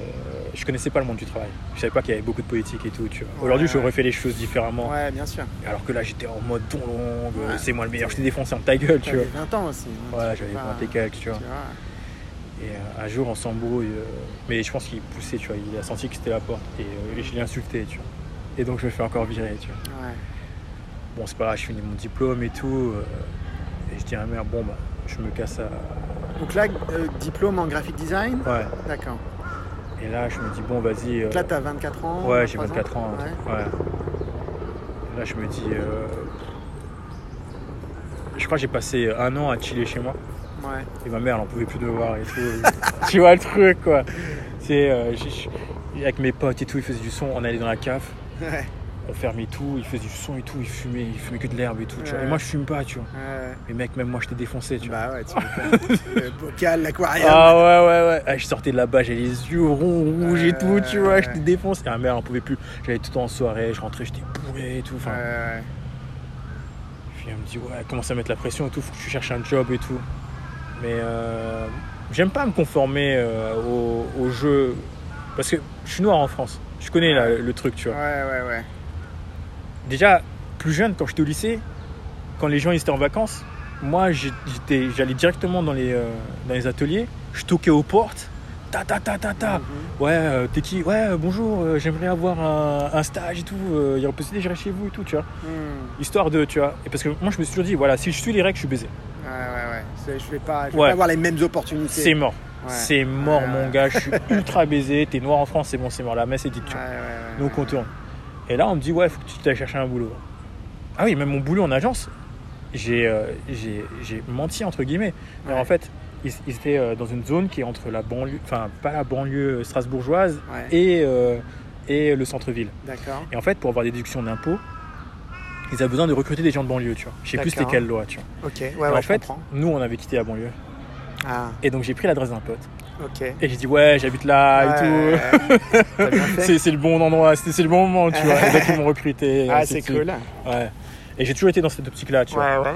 S3: je connaissais pas le monde du travail. Je savais pas qu'il y avait beaucoup de politique et tout, tu vois.
S2: Ouais,
S3: Aujourd'hui,
S2: ouais.
S3: j'aurais fait les choses différemment.
S2: Ouais, bien sûr.
S3: Alors que là, j'étais en mode ton long, euh,
S2: Ouais.
S3: c'est moi le meilleur, je t'ai défoncé en ta gueule, tu
S2: J'avais
S3: vois.
S2: 20 ans aussi. hein,
S3: Voilà,
S2: tu peux
S3: j'avais
S2: pas-
S3: pas tes calques, tu vois.
S2: Tu vois.
S3: Et euh, un jour, on s'embrouille. euh, mais je pense qu'il poussait, tu vois. Il a senti que c'était la porte. Et euh, je l'ai insulté, tu vois. Et donc, je me fais encore virer, tu vois.
S2: Ouais.
S3: bon c'est pas grave, je finis mon diplôme et tout. euh, et je dis à ma mère, bon bah je me casse à.
S2: Donc là, euh, diplôme en graphic design.
S3: Ouais.
S2: D'accord.
S3: Et là je me dis bon vas-y. euh,
S2: Donc là, t'as 24 ans.
S3: ouais j'ai
S2: 23
S3: 24 ans. un
S2: Ouais.
S3: truc, Ouais. Là je me dis euh, Je crois que j'ai passé un an à chiller chez moi.
S2: Ouais.
S3: Et ma mère elle en pouvait plus de me voir et tout. tu vois le truc quoi. C'est euh, j'ai- j'ai- avec mes potes et tout, ils faisaient du son, on allait dans la cave.
S2: Ouais.
S3: On fermait tout, ils faisaient du son et tout, ils fumaient, ils fumaient que de l'herbe et tout. tu vois.
S2: Ouais.
S3: Et moi je fume pas, tu vois.
S2: Ouais.
S3: Mais mec, même moi je t'ai défoncé, tu vois.
S2: Euh, Bah ouais, tu m'étonnes. Le bocal, l'aquarium.
S3: Ah ouais, ouais, ouais. Ah, je sortais de là-bas, j'avais les yeux ronds, rouges et tout, tu vois.
S2: Ouais.
S3: J'étais défoncé. Ah merde, on pouvait plus. J'allais tout le temps en soirée, je rentrais, j'étais bourré et tout. Enfin,
S2: Ouais,
S3: Puis elle me dit, ouais, elle commence à mettre la pression et tout, faut que tu cherches un job et tout. Mais euh, j'aime pas me conformer euh, au, au jeu. Parce que je suis noir en France. Je connais la- le truc, tu
S2: ouais,
S3: vois.
S2: ouais, ouais, ouais.
S3: Déjà, plus jeune, quand j'étais au lycée, quand les gens ils étaient en vacances, moi j'ai- j'étais- j'allais directement dans les, euh, dans les ateliers, je toquais aux portes, ta ta ta ta ta.
S2: Mhm.
S3: Ouais, euh, t'es qui Ouais, euh, bonjour, euh, j'aimerais avoir un, un stage et tout. euh, Il y a une possibilité, j'irai chez vous et tout, tu vois.
S2: Hmm.
S3: Histoire de, tu vois. Et parce que moi, je me suis toujours dit, voilà, si je suis les règles, je suis baisé.
S2: Ouais, ouais, ouais. C'est- Je vais pas, je vais
S3: Ouais.
S2: pas avoir les mêmes opportunités.
S3: C'est mort.
S2: Ouais.
S3: C'est mort,
S2: Ouais,
S3: mon
S2: ouais.
S3: gars. Je suis ultra baisé. T'es noir en France, c'est bon, c'est mort. La messe est dite,
S2: Ouais,
S3: tu
S2: ouais,
S3: vois.
S2: ouais,
S3: Donc,
S2: ouais.
S3: on tourne. Et là, on me dit, ouais, faut que tu t'ailles chercher un boulot. Ah oui, même mon boulot en agence, j'ai euh, j'ai- j'ai menti, entre guillemets. Mais
S2: Ouais.
S3: en fait, ils, ils étaient euh, dans une zone qui est entre la banlieue, enfin, pas la banlieue euh, strasbourgeoise
S2: Ouais.
S3: et, euh, et le centre-ville.
S2: D'accord.
S3: Et en fait, pour avoir des déductions d'impôts, ils avaient besoin de recruter des gens de banlieue, tu vois. Je sais plus
S2: D'accord.
S3: c'était quelle loi, tu vois.
S2: Ok. Ouais,
S3: Et
S2: ouais,
S3: en
S2: je
S3: fait,
S2: comprends.
S3: nous, on avait quitté la banlieue.
S2: Ah,
S3: Et donc, j'ai pris l'adresse d'un pote.
S2: ok.
S3: Et j'ai dit, ouais, j'habite là Ah, et tout.
S2: T'as bien fait.
S3: C'est- C'est le bon endroit, c'est c'est le bon moment, tu vois. Et donc, ils m'ont recruté. et
S2: Ah,
S3: ainsi
S2: c'est
S3: de suite.
S2: cool.
S3: Ouais. Et j'ai toujours été dans cette optique-là, tu vois.
S2: Ouais, ouais.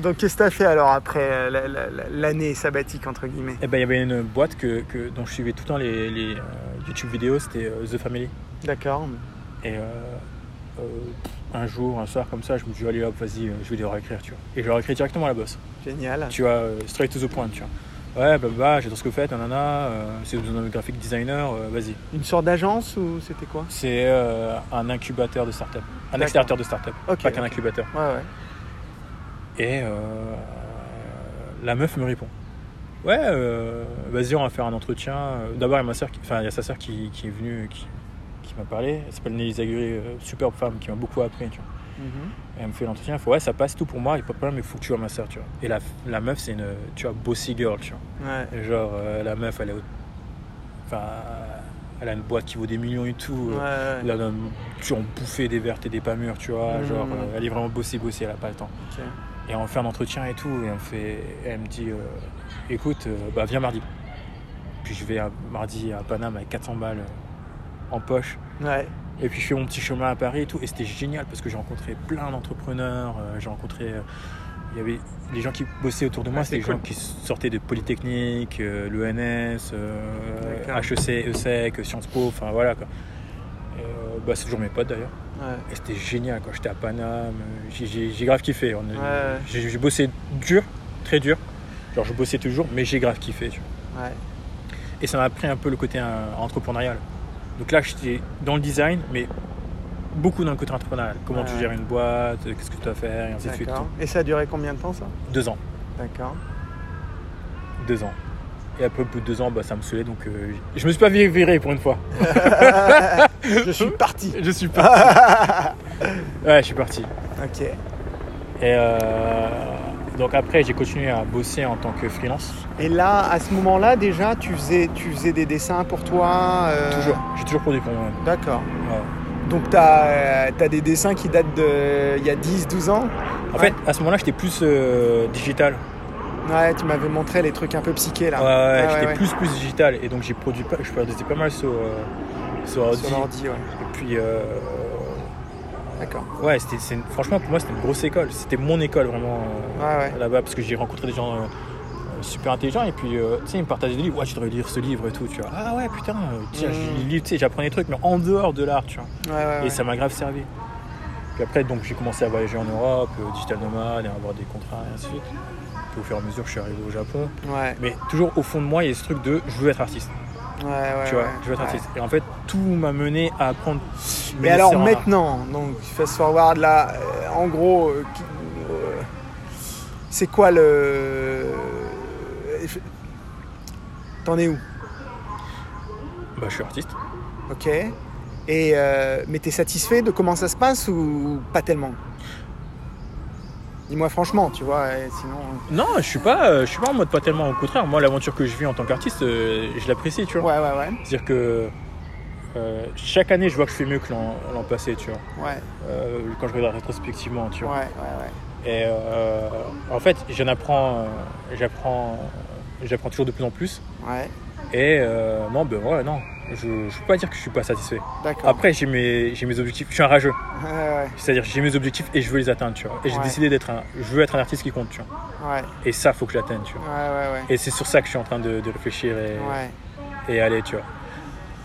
S2: Donc, qu'est-ce que t'as fait alors après euh, la- la- la- l'année sabbatique, entre guillemets
S3: Et ben, il y avait une boîte que, que- dont je suivais tout le temps les, les, euh, YouTube vidéos, c'était euh, The Family.
S2: D'accord.
S3: Et euh, euh, un jour, un soir comme ça, je me suis dit, allez hop, vas-y, euh, je vais les réécrire, tu vois. Et je leur ai écrit directement à la bosse.
S2: Génial.
S3: tu vois, euh, straight to the point, tu vois. Ouais, bah, bah j'adore ce que vous faites, nanana, euh, si vous avez besoin d'un graphic designer, euh, vas-y.
S2: Une sorte d'agence ou c'était quoi
S3: C'est euh, un incubateur de start-up, un
S2: D'accord.
S3: accélérateur de start-up,
S2: Ok,
S3: pas qu'un
S2: ok.
S3: incubateur.
S2: Ouais, ouais.
S3: Et euh, la meuf me répond. Ouais, euh, vas-y, on va faire un entretien. Euh, D'abord, il y a ma sœur qui- enfin, il y a sa sœur qui, qui est venue, qui, qui m'a parlé. Elle s'appelle Nelly Zaguré, euh, superbe femme qui m'a beaucoup appris, tu vois.
S2: Mhm.
S3: Elle me fait l'entretien, elle fait ouais, ça passe tout pour moi, il n'y a pas de problème, mais faut que tu vois ma sœur, tu vois. Et la, la meuf, c'est une, tu vois, bossy girl, tu vois.
S2: Ouais.
S3: Genre, euh, la meuf, elle est au- Enfin, elle a une boîte qui vaut des millions et tout.
S2: Ouais, ouais.
S3: Là, tu en bouffais des vertes et des pas mûres, tu vois.
S2: Mhm.
S3: Genre, euh, elle est vraiment bossée, bossée, elle a pas le temps.
S2: Ok.
S3: Et on fait un entretien et tout. Et elle me, fait, elle me dit euh, écoute, euh, bah, viens mardi. Puis je vais à- mardi à Paname avec 400 balles euh, en poche.
S2: Ouais.
S3: Et puis je fais mon petit chemin à Paris et tout. Et c'était génial parce que j'ai rencontré plein d'entrepreneurs. euh, J'ai rencontré. euh, Il y avait les gens qui bossaient autour de moi,
S2: Ah,
S3: c'était
S2: c'est
S3: des
S2: cool.
S3: gens qui sortaient de Polytechnique, euh, l'ENS, euh,
S2: D'accord.
S3: HEC, ESSEC, E Sciences Po, enfin voilà quoi. Et, euh, bah, c'est toujours mes potes d'ailleurs. Et c'était génial quand j'étais à Paname. euh, j'ai- J'ai j'ai grave kiffé. On-
S2: Ouais.
S3: J'ai j'ai bossé dur, très dur. Genre je bossais toujours, mais j'ai grave kiffé. tu vois.
S2: Ouais.
S3: Et ça m'a appris un peu le côté euh, entrepreneurial. Donc là, j'étais dans le design, mais beaucoup dans le côté entrepreneurial. Comment
S2: Ouais,
S3: tu
S2: ouais.
S3: gères une boîte, euh, qu'est-ce que tu dois faire, et ainsi de suite.
S2: D'accord. Et ça a duré combien de temps ça
S3: Deux ans.
S2: D'accord.
S3: Deux ans. Et après, au bout de deux ans, bah, ça me saoulait. Donc euh, j- je me suis pas vi- viré pour une fois.
S2: Je suis parti.
S3: Je suis parti. ouais, je suis parti.
S2: Ok.
S3: Et euh, donc après, j'ai continué à bosser en tant que freelance.
S2: Et là, à ce moment-là, déjà, tu faisais, tu faisais des dessins pour toi euh,
S3: Toujours. J'ai toujours produit pour moi-même.
S2: D'accord.
S3: Ouais.
S2: Donc, tu as, des dessins qui datent de il y a 10-12 ans
S3: En
S2: Ouais.
S3: fait, à ce moment-là, j'étais plus euh, digital.
S2: Ouais, tu m'avais montré les trucs un peu psychés là.
S3: Ouais, ouais,
S2: Ah,
S3: j'étais
S2: ouais.
S3: plus plus digital et donc j'ai produit pas, je produisais pas mal sur euh, sur ordi.
S2: Sur l'ordi, ouais.
S3: Et puis euh,
S2: D'accord.
S3: ouais, c'était c'est une- franchement pour moi c'était une grosse école, c'était mon école vraiment euh,
S2: Ah, Ouais, ouais.
S3: là-bas parce que j'ai rencontré des gens euh, super intelligents et puis euh, tu sais ils me partageaient des livres, ouais, tu devrais lire ce livre et tout, tu vois. Ah ouais, putain, euh, tiens,
S2: Mm.
S3: je lis le livre, tu sais, j'apprends des trucs mais en dehors de l'art, tu vois.
S2: Ouais, ouais, ouais.
S3: Et ça m'a grave servi. Puis après, donc, j'ai commencé à voyager en Europe, euh, digital nomade, et à avoir des contrats, et ainsi de suite. Puis au fur et à mesure, je suis arrivé au Japon.
S2: Ouais,
S3: Mais toujours au fond de moi, il y a ce truc de je veux être artiste.
S2: ouais, ouais.
S3: tu vois,
S2: ouais.
S3: je veux être
S2: Ouais.
S3: artiste. Et en fait, tout m'a mené à apprendre.
S2: Mais
S3: mes
S2: alors
S3: nécessaires en art.
S2: maintenant, donc fast forward là, euh, en gros, euh, qui- euh, c'est quoi le. je- T'en es où
S3: Bah, je suis artiste.
S2: Ok. Et euh, mais t'es satisfait de comment ça se passe ou pas tellement Dis-moi franchement, tu vois, et sinon.
S3: Non, je suis pas, euh, je suis pas en mode pas tellement. Au contraire, moi, l'aventure que je vis en tant qu'artiste, euh, je l'apprécie, tu
S2: Ouais,
S3: vois.
S2: ouais, ouais.
S3: C'est-à-dire que euh, chaque année, je vois que je fais mieux que l'an l'an passé, tu vois.
S2: Ouais,
S3: Euh, quand je regarde rétrospectivement, tu
S2: ouais, ouais,
S3: vois.
S2: ouais.
S3: Et euh, en fait, j'en apprends, euh, j'apprends, j'apprends toujours de plus en plus.
S2: Ouais,
S3: Et euh, non, ben ouais, non, je, je peux pas dire que je suis pas satisfait.
S2: d'accord.
S3: Après, j'ai mes, j'ai mes objectifs. Je suis un rageux,
S2: Ouais, ouais,
S3: c'est-à-dire j'ai mes objectifs et je veux les atteindre, tu vois. Et j'ai
S2: Ouais.
S3: décidé d'être un, je veux être un artiste qui compte, tu vois.
S2: ouais,
S3: Et ça, faut que je l'atteigne, tu vois.
S2: ouais, ouais, ouais.
S3: Et c'est sur ça que je suis en train de, de réfléchir et,
S2: Ouais,
S3: et aller, tu vois.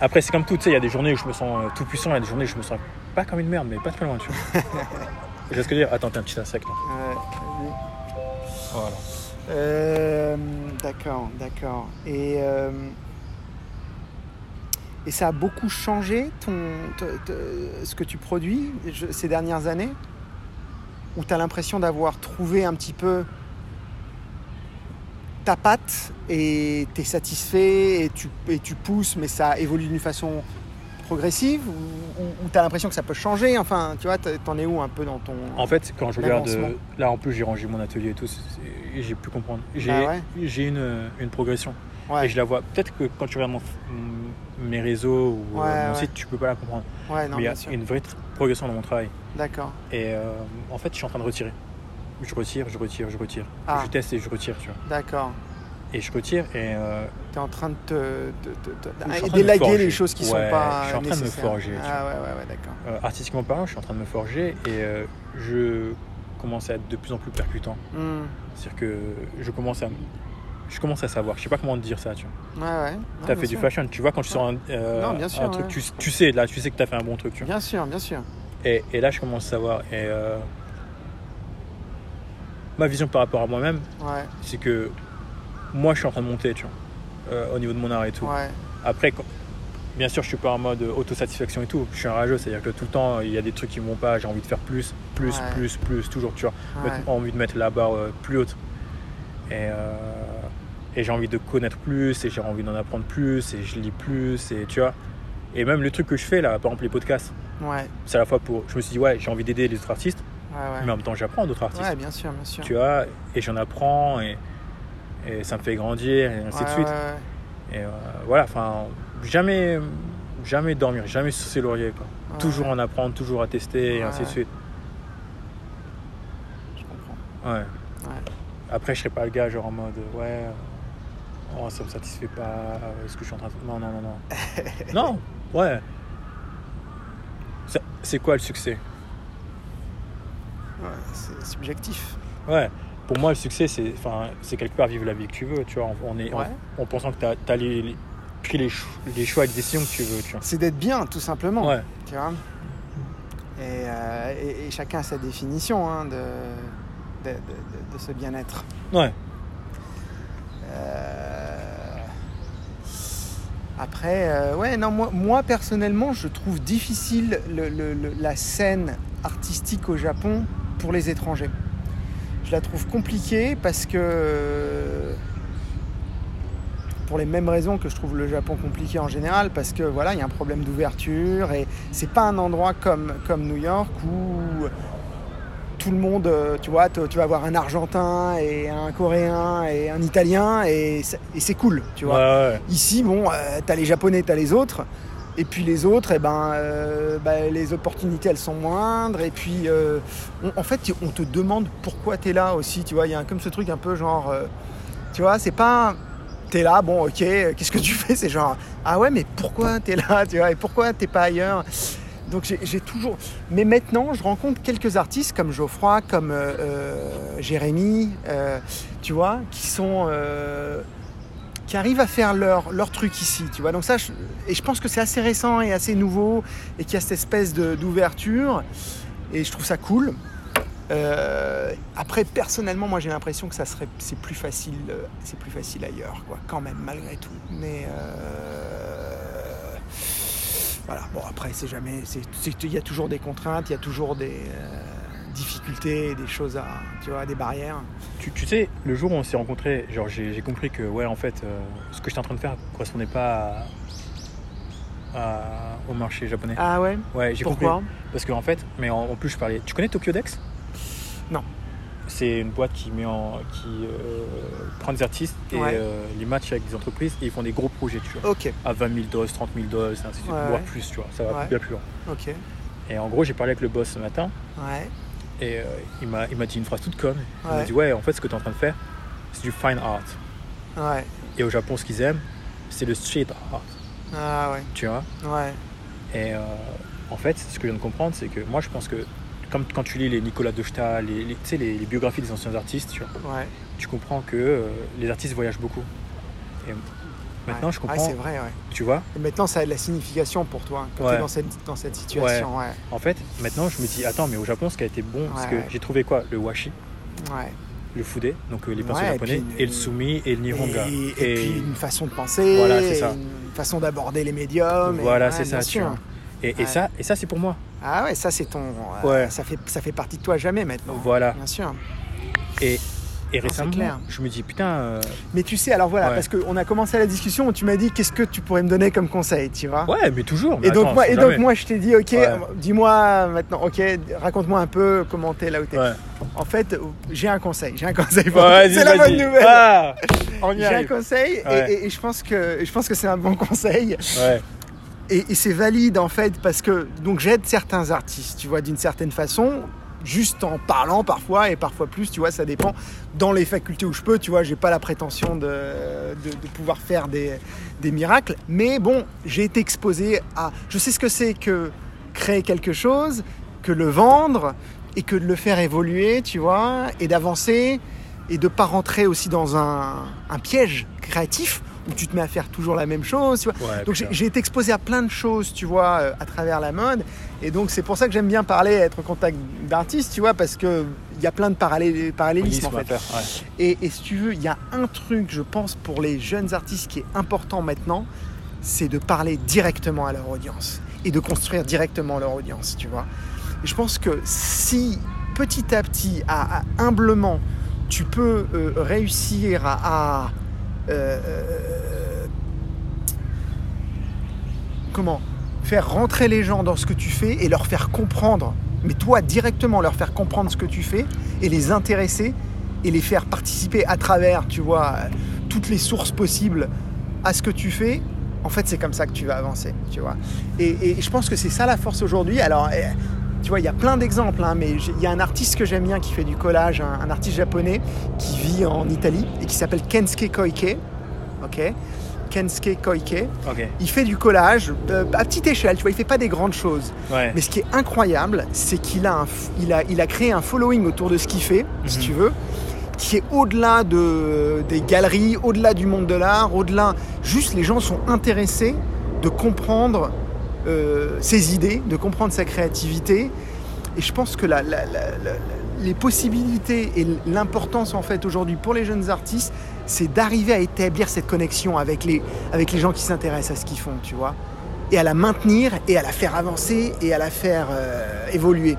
S3: Après, c'est comme tout, tu sais, il y a des journées où je me sens euh, tout puissant, il y a des journées où je me sens pas comme une merde, mais pas très loin, tu vois. Tu vois ce que je veux dire Attends, t'es un petit insecte. hein. là.
S2: ouais. Vas-y.
S3: Voilà.
S2: Euh, d'accord, d'accord. Et, euh, et ça a beaucoup changé ton, te- te- ce que tu produis je- ces dernières années Ou tu as l'impression d'avoir trouvé un petit peu ta patte et tu es satisfait et tu, et tu pousses, mais ça évolue d'une façon progressive Ou, tu as l'impression que ça peut changer Enfin, tu vois, t'en t'en es où un peu dans ton...
S3: En fait, quand je regarde,
S2: L'avancement.
S3: euh, là en plus j'ai rangé mon atelier et tout, c'est- c'est- j'ai pu comprendre. J'ai
S2: Ah ouais
S3: j'ai une, euh, une progression
S2: Ouais,
S3: et je la vois. Peut-être que quand tu regardes mon f- m- mes réseaux ou euh,
S2: Ouais,
S3: mon
S2: ouais.
S3: site, tu peux pas la comprendre.
S2: ouais, non,
S3: Mais il y
S2: bien
S3: a
S2: sûr.
S3: une vraie tr- progression dans mon travail.
S2: D'accord.
S3: Et euh, en fait, je suis en train de retirer. Je retire, je retire, je retire.
S2: Ah.
S3: Je teste et je retire, tu vois.
S2: D'accord.
S3: Et je retire et euh,
S2: T'es en train de te, de- de- de-
S3: Je suis en train de me
S2: délaguer les
S3: forger.
S2: choses qui
S3: Ouais,
S2: sont pas.
S3: je suis en train de me
S2: nécessaires.
S3: forger, tu
S2: Ah ouais, ouais, ouais, d'accord.
S3: euh, artistiquement parlant, je suis en train de me forger et euh, je commence à être de plus en plus percutant.
S2: Hmm.
S3: C'est-à-dire que je commence à, je commence à savoir. Je sais pas comment te dire ça, tu vois.
S2: Ouais, ouais. Non,
S3: T'as
S2: bien
S3: fait du
S2: sûr.
S3: fashion, tu vois, quand tu sors un, euh,
S2: Non, bien
S3: un
S2: sûr,
S3: truc,
S2: ouais.
S3: tu, tu sais, là, tu sais que t'as fait un bon truc, tu vois.
S2: Bien sûr, bien sûr.
S3: Et, et là, je commence à savoir. Et euh, ma vision par rapport à moi-même,
S2: Ouais,
S3: c'est que moi, je suis en train de monter, tu vois, euh, au niveau de mon art et tout. Bah,
S2: ouais,
S3: Après, quand- bien sûr, je suis pas en mode autosatisfaction et tout. Je suis un rageux, c'est-à-dire que tout le temps, il y a des trucs qui me vont pas, j'ai envie de faire plus, plus,
S2: Ouais.
S3: plus, plus, toujours, tu vois.
S2: ouais.
S3: Mettre- envie de mettre la barre euh, plus haute. Et, euh, et j'ai envie de connaître plus, et j'ai envie d'en apprendre plus, et je lis plus, et tu vois. Et même le truc que je fais là, par exemple les podcasts,
S2: Ouais,
S3: c'est à la fois pour. Je me suis dit, ouais, j'ai envie d'aider les autres artistes,
S2: ouais,
S3: mais
S2: ouais.
S3: en même temps, j'apprends d'autres artistes,
S2: Ouais, bien sûr, bien sûr.
S3: tu vois, et j'en apprends, et, et ça me fait grandir, et ainsi
S2: Ouais,
S3: de suite.
S2: ouais, ouais.
S3: Et euh, voilà, enfin, jamais, jamais dormir, jamais sur ses lauriers, quoi.
S2: Ouais,
S3: Toujours
S2: ouais,
S3: en apprendre, toujours à tester, et ainsi de
S2: Ouais.
S3: suite.
S2: Je comprends.
S3: Ouais. Ouais. Après, je serais pas le gars, genre en mode, ouais, euh, oh, ça me satisfait pas, euh, est-ce que je suis en train de. Non, non, non, non. non, ouais. Ça- C'est quoi le succès
S2: Ouais, c'est subjectif.
S3: Ouais. Pour moi, le succès, c'est enfin, c'est quelque part vivre la vie que tu veux, tu vois, en, en est, en-
S2: Ouais.
S3: en, pensant que tu as, les, les- pris les, cho- les choix et les décisions que tu veux, tu
S2: C'est d'être bien, tout simplement.
S3: vois. Ouais.
S2: tu vois. Et, euh, et- et chacun a sa définition hein, de, de- de- de- de ce bien-être.
S3: Ouais.
S2: Euh, Après, euh, ouais, non, moi, moi, personnellement, je trouve difficile le- le- le- la scène artistique au Japon pour les étrangers. Je la trouve compliquée parce que, euh, pour les mêmes raisons que je trouve le Japon compliqué en général, parce que voilà, il y a un problème d'ouverture et c'est pas un endroit comme, comme New York où tout le monde, euh, tu vois, t- tu vas voir un Argentin et un Coréen et un Italien et c'est et c'est cool, tu vois.
S3: Ouais, ouais.
S2: Ici, bon, euh, t'as les Japonais, t'as les autres. Et puis les autres, eh ben, euh, ben, les opportunités, elles sont moindres. Et puis, euh, on- en fait, on te demande pourquoi t'es là aussi. Tu vois, il y a un- comme ce truc un peu genre, euh, tu vois, c'est pas, un, t'es là, bon, ok, euh, qu'est-ce que tu fais C'est genre, ah ouais, mais pourquoi t'es là, tu vois, et pourquoi t'es pas ailleurs Donc j'ai- j'ai toujours. Mais maintenant, je rencontre quelques artistes comme Geoffroy, comme euh, euh, Jérémy, euh, tu vois, qui sont euh, qui arrivent à faire leur, leur truc ici, tu vois. Donc ça, je- et je pense que c'est assez récent et assez nouveau, et qu'il y a cette espèce de- d'ouverture, et je trouve ça cool. Euh, après, personnellement, moi, j'ai l'impression que ça serait, c'est plus facile, euh, c'est plus facile ailleurs, quoi, quand même, malgré tout. Mais euh, voilà. Bon, après, c'est jamais, c'est, c'est- il y a toujours des contraintes, il y a toujours des euh, difficultés, des choses à, tu vois, des barrières.
S3: Tu, tu sais, le jour où on s'est rencontrés, genre j'ai j'ai compris que ouais en fait euh, ce que j'étais en train de faire correspondait pas à- à- au marché japonais.
S2: Ah ouais.
S3: ouais, j'ai compris.
S2: Pourquoi
S3: Parce qu'en fait, mais en, en plus je parlais. Tu connais Tokyo Dex
S2: Non.
S3: C'est une boîte qui met en qui euh, prend des artistes et
S2: Ouais.
S3: euh, les matchs avec des entreprises et ils font des gros projets, tu vois.
S2: Ok.
S3: À 20 000 dollars, 30 000 dollars, ainsi de suite,
S2: Ouais,
S3: voire
S2: ouais.
S3: plus, tu vois. Ça va
S2: Ouais.
S3: bien plus loin.
S2: Ok.
S3: Et en gros, j'ai parlé avec le boss ce matin
S2: Ouais.
S3: et euh, il m'a il m'a dit une phrase toute conne. Il m'a
S2: Ouais.
S3: dit ouais, en fait, ce que tu es en train de faire, c'est du fine art.
S2: Ouais.
S3: Et au Japon, ce qu'ils aiment, c'est le street art,
S2: Ah ouais.
S3: tu vois.
S2: Ouais.
S3: Et euh, en fait, ce que je viens de comprendre, c'est que moi, je pense que comme quand tu lis les Nicolas de Staël, les, les- tu sais, les, les biographies des anciens artistes, tu, vois,
S2: Ouais.
S3: tu comprends que euh, les artistes voyagent beaucoup. Et maintenant,
S2: Ouais.
S3: je
S2: Ah,
S3: comprends,
S2: c'est vrai, ouais.
S3: tu vois.
S2: Et maintenant, ça a de la signification pour toi, hein, quand
S3: Ouais.
S2: t'es dans cette, dans cette situation. Ouais.
S3: En fait, maintenant, je me dis, attends, mais au Japon, ce qui a été bon, parce
S2: Ouais,
S3: que
S2: ouais.
S3: j'ai trouvé quoi Le washi,
S2: Ouais.
S3: le fude, donc euh, les pinceaux
S2: Ouais, et
S3: japonais,
S2: puis une-
S3: et le sumi, et le nihonga.
S2: Et, et puis une façon de penser,
S3: Voilà, c'est ça.
S2: une façon d'aborder les médiums. et-
S3: voilà,
S2: ouais,
S3: c'est ça,
S2: bien
S3: tu
S2: sûr.
S3: vois. Et, et
S2: Ouais.
S3: ça, et ça c'est pour moi.
S2: Ah ouais, ça c'est ton. euh,
S3: Ouais.
S2: Ça fait, ça fait partie de toi à jamais maintenant.
S3: Voilà.
S2: Bien sûr.
S3: Et, et
S2: Non, c'est
S3: récemment,
S2: clair.
S3: je me dis, putain, euh,
S2: Mais tu sais, alors voilà,
S3: Ouais.
S2: parce qu'on a commencé la discussion où tu m'as dit qu'est-ce que tu pourrais me donner comme conseil, tu vois.
S3: ouais, mais toujours. mais
S2: Et donc,
S3: attends,
S2: moi,
S3: faut
S2: et donc
S3: jamais.
S2: moi, je t'ai dit, ok,
S3: Ouais.
S2: dis-moi maintenant, ok, raconte-moi un peu comment t'es là où t'es.
S3: Ouais.
S2: En fait, j'ai un conseil, j'ai un conseil. pour
S3: Ouais,
S2: toi.
S3: vas-y,
S2: c'est la
S3: vas-y.
S2: bonne nouvelle.
S3: Ah, on y
S2: j'ai un
S3: arrive.
S2: conseil et-
S3: Ouais.
S2: et, et je pense que je pense que c'est un bon conseil.
S3: Ouais,
S2: et, et c'est valide en fait parce que donc j'aide certains artistes, tu vois, d'une certaine façon, juste en parlant parfois et parfois plus, tu vois, ça dépend. Dans les facultés où je peux, tu vois, j'ai pas la prétention de, de, de pouvoir faire des, des miracles, mais bon, j'ai été exposé à, je sais ce que c'est que créer quelque chose, que le vendre et que de le faire évoluer, tu vois, et d'avancer et de pas rentrer aussi dans un, un piège créatif où tu te mets à faire toujours la même chose, tu vois.
S3: ouais.
S2: Donc j'ai
S3: putain.
S2: j'ai été exposé à plein de choses, tu vois, euh, à travers la mode. Et donc c'est pour ça que j'aime bien parler, être au contact d'artistes, tu vois, parce que il y a plein de parallé- parallélismes en
S3: Lisme à
S2: fait.
S3: faire, ouais.
S2: Et, et si tu veux, il y a un truc, je pense, pour les jeunes artistes qui est important maintenant, c'est de parler directement à leur audience et de construire directement leur audience, tu vois. Et je pense que si petit à petit, à, à- humblement, tu peux euh, réussir à, à, euh, euh, comment faire rentrer les gens dans ce que tu fais et leur faire comprendre, mais toi directement leur faire comprendre ce que tu fais et les intéresser et les faire participer à travers, tu vois, euh, toutes les sources possibles à ce que tu fais, en fait, c'est comme ça que tu vas avancer, tu vois. Et, et je pense que c'est ça la force aujourd'hui. Alors, euh, tu vois, il y a plein d'exemples, hein, mais j'ai- il y a un artiste que j'aime bien qui fait du collage, un, un artiste japonais qui vit en Italie et qui s'appelle Kensuke Koike. Ok Kensuke Koike.
S3: Ok.
S2: Il fait du collage euh, à petite échelle, tu vois, il fait pas des grandes choses.
S3: Ouais.
S2: Mais ce qui est incroyable, c'est qu'il a, un f- il a, il a créé un following autour de ce qu'il fait, si
S3: Mhm.
S2: tu veux, qui est au-delà de, des galeries, au-delà du monde de l'art, au-delà. Juste, les gens sont intéressés de comprendre euh, ses idées, de comprendre sa créativité. Et je pense que la- la- la- la- les possibilités et l'importance, en fait, aujourd'hui pour les jeunes artistes, c'est d'arriver à établir cette connexion avec les, avec les gens qui s'intéressent à ce qu'ils font, tu vois et à la maintenir et à la faire avancer et à la faire euh, évoluer.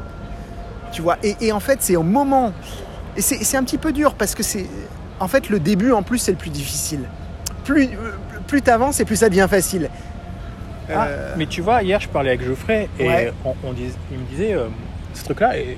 S2: Tu vois et, et en fait, c'est au moment. Et c'est c'est un petit peu dur parce que c'est. En fait, le début, en plus, c'est le plus difficile. Plus, euh, plus t'avances et plus ça devient facile.
S3: Ah,
S2: Euh,
S3: mais tu vois, hier je parlais avec Geoffrey et
S2: Ouais.
S3: on, on dis- il me disait euh, ce truc-là et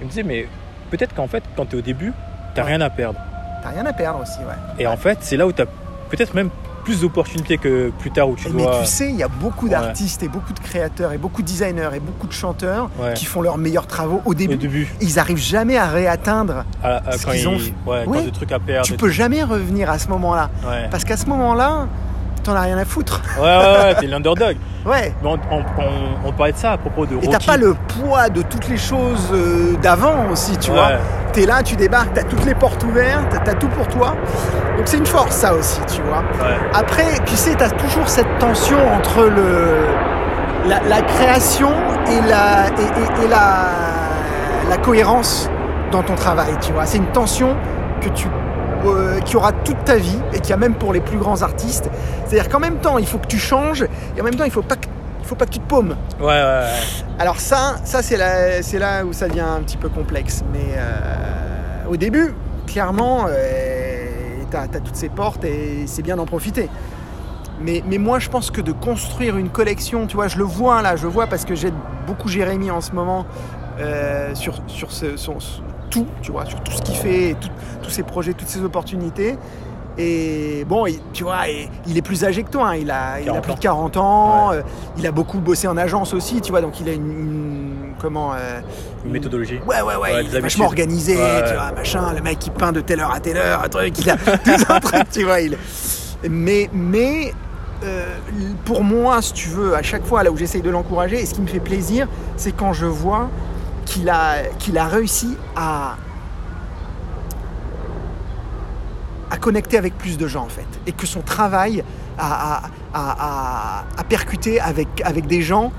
S3: il me disait mais peut-être qu'en fait quand tu es au début, t'as
S2: Ouais.
S3: rien à perdre.
S2: Ah, T'as rien à perdre aussi, ouais.
S3: Et en fait c'est là où tu as peut-être même plus d'opportunités que plus tard où tu
S2: Eh, Mais
S3: dois...
S2: tu sais, il y a beaucoup
S3: Ouais.
S2: d'artistes et beaucoup de créateurs et beaucoup de designers et beaucoup de chanteurs
S3: Ouais.
S2: qui font leurs meilleurs travaux au début.
S3: au début,
S2: Ils arrivent jamais à réatteindre.
S3: à- à-
S2: Ce
S3: quand
S2: qu'ils
S3: il
S2: ont
S3: ouais,
S2: fait.
S3: quand
S2: Ouais.
S3: il y a des trucs à perdre.
S2: Tu
S3: et
S2: peux jamais revenir à ce moment-là.
S3: tout. Ouais,
S2: Parce qu'à ce moment-là, t'en as rien à foutre.
S3: ouais, ouais, ouais, t'es l'underdog.
S2: Ouais.
S3: Mais on, on- on- on parlait de ça à propos de
S2: Et
S3: Rocky.
S2: t'as pas le poids de toutes les choses euh, d'avant aussi, tu
S3: Ouais.
S2: vois. T'es là, tu débarques, t'as toutes les portes ouvertes, t'as- t'as tout pour toi. Donc c'est une force ça aussi, tu vois.
S3: Ouais.
S2: Après, tu sais, t'as toujours cette tension entre le la, la création et la et, et- et la la cohérence dans ton travail, tu vois. C'est une tension que tu euh, qui aura toute ta vie et qui a même pour les plus grands artistes. C'est-à-dire qu'en même temps, il faut que tu changes et en même temps, il faut pas que, il faut pas que tu te paumes.
S3: Ouais, ouais, ouais.
S2: Alors ça, ça c'est là, c'est là où ça devient un petit peu complexe. Mais euh, au début, clairement, euh, t'as as toutes ces portes et c'est bien d'en profiter. Mais, mais moi, je pense que de construire une collection, tu vois, je le vois là, je le vois parce que j'aide beaucoup Jérémy en ce moment euh, sur, sur ce- son- son- tout, tu vois, sur tout ce qu'il fait, et tout- tous ses projets, toutes ses opportunités. Et bon, il- tu vois, et- il est plus âgé que toi, hein, il, a, il a
S3: 40
S2: plus
S3: ans.
S2: de 40 ans,
S3: Ouais.
S2: euh, il a beaucoup bossé en agence aussi, tu vois, donc il a une, une- comment euh,
S3: Une méthodologie.
S2: Ouais, ouais, ouais,
S3: Ouais,
S2: il
S3: des
S2: est
S3: habitudes.
S2: vachement organisé,
S3: Ouais,
S2: tu
S3: ouais.
S2: vois, machin, le mec qui peint de telle heure à telle heure, un truc, il a tout un truc, tu vois. Il... Mais, mais euh, pour moi, si tu veux, à chaque fois, là où j'essaye de l'encourager, et ce qui me fait plaisir, c'est quand je vois qu'il a, qu'il a réussi à, à connecter avec plus de gens, en fait, et que son travail a, a- a- a- a percuté avec, avec des gens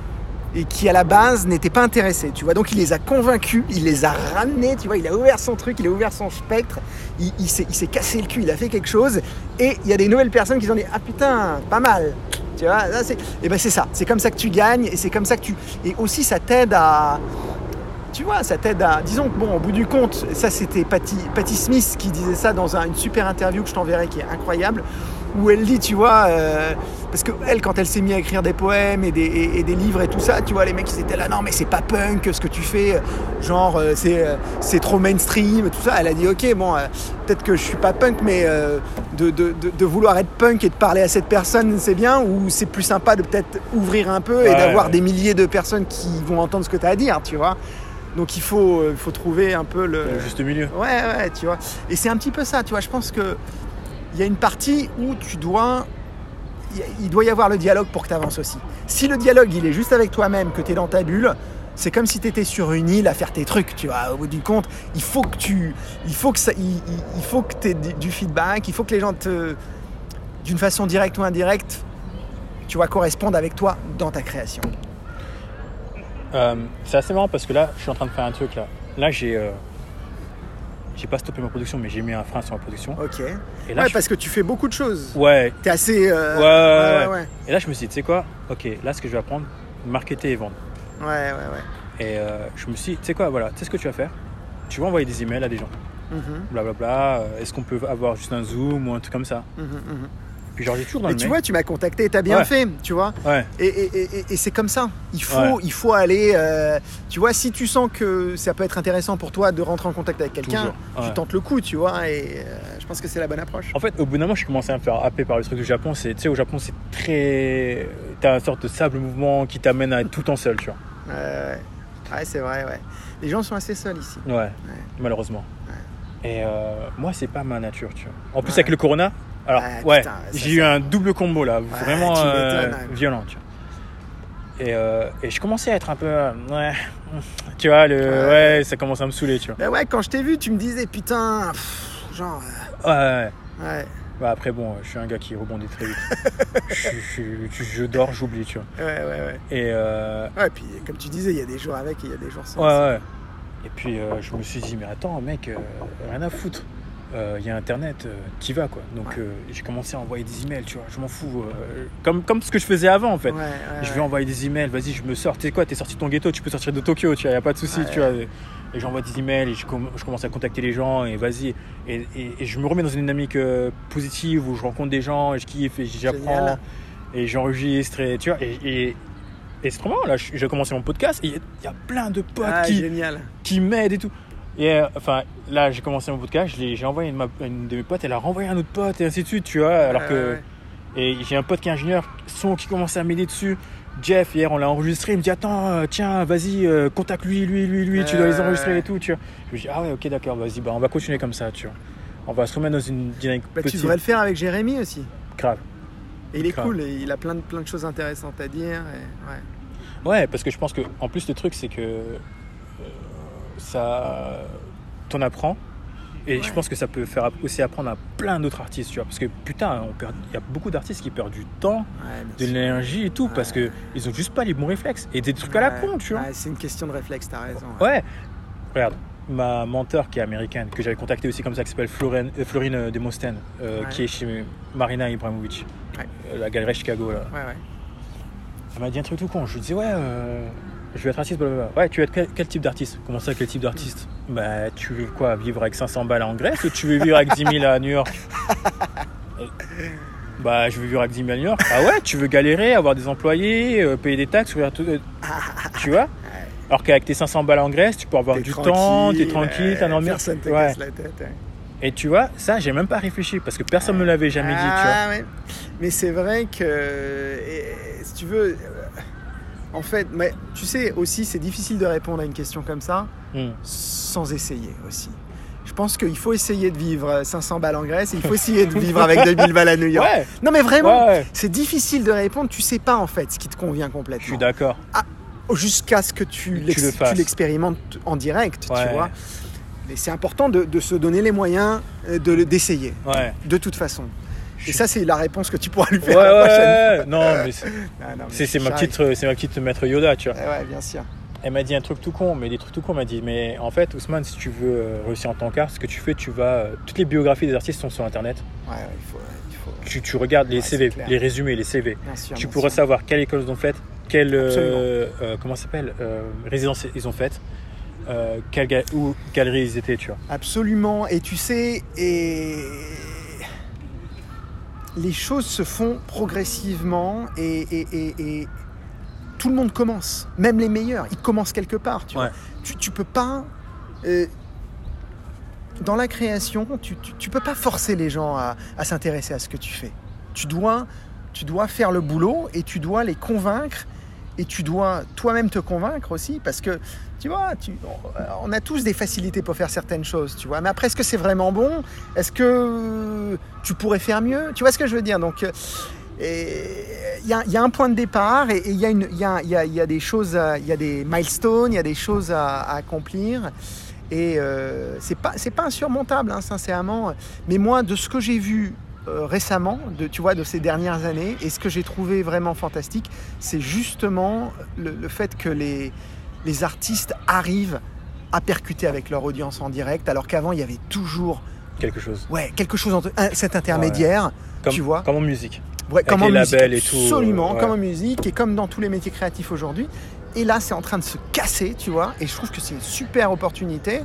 S2: et qui à la base n'étaient pas intéressés, tu vois. Donc il les a convaincus, il les a ramenés, tu vois. Il a ouvert son truc, il a ouvert son spectre, il, il s'est il s'est cassé le cul, il a fait quelque chose, et il y a des nouvelles personnes qui se sont dit ah putain, pas mal, tu vois. ça, c'est- et ben c'est ça, c'est comme ça que tu gagnes et c'est comme ça que tu et aussi ça t'aide à tu vois, ça t'aide à. Disons que, bon, au bout du compte, ça c'était Patty, Patty Smith qui disait ça dans un- une super interview que je t'enverrai qui est incroyable, où elle dit, tu vois, euh, parce que elle, quand elle s'est mise à écrire des poèmes et des, et- et des livres et tout ça, tu vois, les mecs ils étaient là, non, mais c'est pas punk ce que tu fais, genre, euh, c'est euh, c'est trop mainstream, tout ça. Elle a dit, ok, bon, euh, peut-être que je suis pas punk, mais euh, de, de- de- de vouloir être punk et de parler à cette personne, c'est bien, ou c'est plus sympa de peut-être ouvrir un peu et
S3: Ouais,
S2: d'avoir
S3: ouais.
S2: des milliers de personnes qui vont entendre ce que tu as à dire, tu vois. Donc il faut, euh, faut trouver un peu le.
S3: Le juste milieu.
S2: Ouais, ouais, tu vois. Et c'est un petit peu ça, tu vois. Je pense que il y a une partie où tu dois. il y a- Il doit y avoir le dialogue pour que tu avances aussi. Si le dialogue, il est juste avec toi-même, que tu es dans ta bulle, c'est comme si tu étais sur une île à faire tes trucs, tu vois. Au bout du compte, il faut que tu. Il faut que ça. Il, il- il faut que tu aies du, du feedback, il faut que les gens te. D'une façon directe ou indirecte, tu vois, correspondent avec toi dans ta création.
S3: Euh, c'est assez marrant parce que là, je suis en train de faire un truc là. Là, j'ai. euh, J'ai pas stoppé ma production, mais j'ai mis un frein sur ma production.
S2: Ok.
S3: Et là,
S2: ouais,
S3: je-
S2: parce que tu fais beaucoup de choses.
S3: ouais,
S2: T'es assez. euh,
S3: Ouais, ouais,
S2: ouais,
S3: Et là, je me suis dit, tu sais quoi Ok, là, ce que je vais apprendre, marketer et vendre.
S2: ouais, ouais, ouais, ouais.
S3: Et euh, je me suis dit, tu sais quoi, voilà, tu sais ce que tu vas faire Tu vas envoyer des emails à des gens.
S2: Mhm,
S3: Blablabla, euh, est-ce qu'on peut avoir juste un Zoom ou un truc comme ça
S2: mhm, mhm.
S3: Puis genre, j'ai toujours dans
S2: Mais
S3: le
S2: tu
S3: mail.
S2: vois, tu m'as contacté, t'as bien
S3: Ouais.
S2: fait, tu vois.
S3: Ouais,
S2: Et, et- et- et- et c'est comme ça. Il faut,
S3: Ouais.
S2: il faut aller. euh, tu vois, si tu sens que ça peut être intéressant pour toi de rentrer en contact avec quelqu'un,
S3: toujours.
S2: tu
S3: Ouais.
S2: tentes le coup, tu vois. Et euh, je pense que c'est la bonne approche.
S3: En fait, au bout d'un moment, je commençais à me faire happer par le truc du Japon. C'est, tu sais, au Japon, c'est très. T'as une sorte de sable mouvement qui t'amène à être tout le temps seul, tu vois.
S2: Ouais, ouais. Ouais, c'est vrai, ouais. Les gens sont assez seuls ici.
S3: Ouais, malheureusement. Et euh, moi, c'est pas ma nature, tu vois. En plus, avec le corona, alors,
S2: Ouais,
S3: ouais,
S2: putain, ça,
S3: j'ai eu
S2: ça-
S3: un double combo là, vraiment
S2: tu m'étonnes,
S3: euh,
S2: hein.
S3: violent, tu vois. Et, euh, et je commençais à être un peu. euh, ouais, tu vois, le, ouais.
S2: Ouais.
S3: ça commence à me saouler, tu vois.
S2: Bah ouais, quand je t'ai vu, tu me disais, putain, pff, genre, euh,
S3: Ouais, ouais.
S2: ouais,
S3: Bah, après, bon, je suis un gars qui rebondit très vite. je, je- je- je dors, j'oublie, tu vois.
S2: ouais, ouais, ouais.
S3: Et, euh,
S2: Ouais, puis comme tu disais, il y a des jours avec et il y a des jours sans.
S3: Ouais, ouais. Et puis euh, je me suis dit, mais attends, mec, euh, rien à foutre. Euh, Il y a Internet, qui va quoi. Donc
S2: Ouais.
S3: euh, j'ai commencé à envoyer des emails, tu vois, je m'en fous. euh, comme, comme ce que je faisais avant en fait.
S2: Ouais, ouais,
S3: je
S2: ouais.
S3: vais envoyer des emails, vas-y, je me sors. Tu sais quoi, t'es sorti de ton ghetto, tu peux sortir de Tokyo, tu vois, y a pas de souci,
S2: Ouais.
S3: tu vois. Et j'envoie des emails et je, com- je commence à contacter les gens et vas-y. Et, et- et je me remets dans une dynamique euh, positive où je rencontre des gens et je kiffe et j'apprends
S2: Génial.
S3: et j'enregistre et tu vois. Et, et, et c'est trop marrant, là, je- j'ai commencé mon podcast et il y, a- il y a plein de potes
S2: Ah,
S3: qui,
S2: génial.
S3: qui m'aide et tout. Et euh, enfin, là, j'ai commencé mon podcast, je l'ai- j'ai envoyé une, ma- une de mes potes, elle a renvoyé un autre pote et ainsi de suite, tu vois. Alors
S2: Ouais,
S3: que.
S2: ouais, ouais.
S3: Et j'ai un pote qui est ingénieur son qui commence à m'aider dessus. Jeff, hier, on l'a enregistré, il me dit Attends, euh, tiens, vas-y, euh, contacte lui, lui, lui, lui, tu dois les
S2: Ouais.
S3: enregistrer et tout, tu vois. Je me dis Ah ouais, ok, d'accord, vas-y, bah, on va continuer comme ça, tu vois. On va se remettre dans une dynamique
S2: Bah, tu
S3: petite.
S2: devrais le faire avec Jérémy aussi.
S3: grave.
S2: Et il est
S3: Grave.
S2: cool, et il a plein de, plein de choses intéressantes à dire. et- ouais.
S3: Ouais, parce que je pense que, en plus, le truc, c'est que euh, ça. T'en apprends. Et je
S2: Ouais.
S3: pense que ça peut faire aussi apprendre à plein d'autres artistes, tu vois. Parce que putain, on perd- il y a beaucoup d'artistes qui perdent du temps,
S2: Ouais, bien
S3: de
S2: sûr.
S3: l'énergie et tout, parce
S2: Ouais.
S3: que ils ont juste pas les bons réflexes. Et des trucs à la
S2: Ouais,
S3: con, tu vois.
S2: ouais, c'est une question de réflexe, t'as raison. ouais.
S3: Ouais. Regarde, ma mentor qui est américaine, que j'avais contactée aussi comme ça, qui s'appelle Florine, euh, Florine euh, Demosten, euh,
S2: Ouais.
S3: qui est chez Marina Ibrahimovic,
S2: Ouais.
S3: euh, la galerie Chicago. Là.
S2: Ouais, ouais.
S3: Elle m'a dit un truc tout con. Je lui dis ouais, euh, je vais être artiste, blablabla. Ouais, tu veux être quel, quel type d'artiste Comment ça, quel type d'artiste Bah, tu veux quoi Vivre avec 500 balles en Grèce ou tu veux vivre avec 10 000 à New York Euh, Bah, je veux vivre avec 10 000 à New York. Ah ouais, tu veux galérer, avoir des employés, euh, payer des taxes, ouvrir tout. euh, tu vois alors qu'avec tes 500 balles en Grèce, tu peux avoir
S2: T'es
S3: du temps, t'es tranquille,
S2: euh,
S3: t'as dormi.
S2: Personne te
S3: Ouais.
S2: casse la tête. ouais.
S3: Et tu vois, ça, j'ai même pas réfléchi parce que personne me l'avait jamais
S2: Ah, ouais. Mais c'est vrai que, et- et si tu veux, euh, en fait, mais tu sais aussi, c'est difficile de répondre à une question comme ça
S3: dit, tu vois. Hmm.
S2: sans essayer aussi. Je pense qu'il faut essayer de vivre 500 balles en Grèce et il faut essayer de vivre avec 2000 balles à New York.
S3: Ouais,
S2: Non mais vraiment,
S3: ouais, ouais,
S2: c'est difficile de répondre, tu sais pas en fait ce qui te convient
S3: je suis
S2: complètement. Oh,
S3: d'accord.
S2: Jusqu'à ce que tu,
S3: Tu
S2: l'ex-
S3: le fasses.
S2: tu l'expérimentes en direct,
S3: Ouais.
S2: tu vois. Mais c'est important de, de se donner les moyens euh, de le- d'essayer,
S3: Ouais.
S2: de toute façon.
S3: Je
S2: Et
S3: suis-
S2: ça, c'est la réponse que tu pourras lui
S3: Ouais,
S2: faire
S3: ouais,
S2: la prochaine.
S3: ouais. Non, mais c'est-
S2: Ah, non, mais
S3: c'est c'est ma
S2: j'arrive.
S3: petite, euh, c'est ma petite maître Yoda, tu vois.
S2: Ouais, ouais, bien sûr.
S3: Elle m'a dit un truc tout con, mais des trucs tout con. Elle m'a dit, mais en fait, Ousmane, si tu veux euh, réussir en tant qu'art, ce que tu fais, tu vas, euh, toutes les biographies des artistes sont sur Internet.
S2: Ouais, ouais, il faut, il faut-
S3: Tu, tu regardes les
S2: Ouais,
S3: CV,
S2: c'est clair.
S3: les résumés, les CV.
S2: bien sûr,
S3: tu
S2: bien
S3: pourras
S2: sûr.
S3: savoir quelle école ils ont faite, quelle euh,
S2: Absolument.
S3: euh, comment ça s'appelle euh, résidence ils ont faite, euh, quelle ga- où galerie ils étaient, tu vois.
S2: Absolument. Et tu sais, et les choses se font progressivement et, et- et- et tout le monde commence. Même les meilleurs, ils commencent quelque part. Tu,
S3: Ouais.
S2: vois. tu, tu peux pas. euh, dans la création, tu, tu, tu peux pas forcer les gens à, à s'intéresser à ce que tu fais. Tu dois, tu dois faire le boulot et tu dois les convaincre et tu dois toi-même te convaincre aussi parce que tu vois, tu- on a tous des facilités pour faire certaines choses, tu vois. Mais après, est-ce que c'est vraiment bon Est-ce que euh, tu pourrais faire mieux Tu vois ce que je veux dire Donc, euh, et il y a, il y a un point de départ et et il y, a une- il y a- il y a- il y a des choses, à- il y a des milestones, il y a des choses à, à accomplir. Et euh, c'est pas, c'est pas insurmontable, hein, sincèrement. Mais moi, de ce que j'ai vu euh, récemment, de, tu vois, de ces dernières années, et ce que j'ai trouvé vraiment fantastique, c'est justement le, le fait que les, les artistes arrivent à percuter avec leur audience en direct, alors qu'avant, il y avait toujours
S3: Quelque chose.
S2: ouais, quelque chose entre un- cet intermédiaire,
S3: Comme,
S2: tu vois.
S3: Comme en musique.
S2: Ouais,
S3: Avec
S2: comme
S3: les
S2: en musique,
S3: labels et tout,
S2: Absolument,
S3: euh, ouais.
S2: comme en musique et comme dans tous les métiers créatifs aujourd'hui. Et là, c'est en train de se casser, tu vois. Et je trouve que c'est une super opportunité.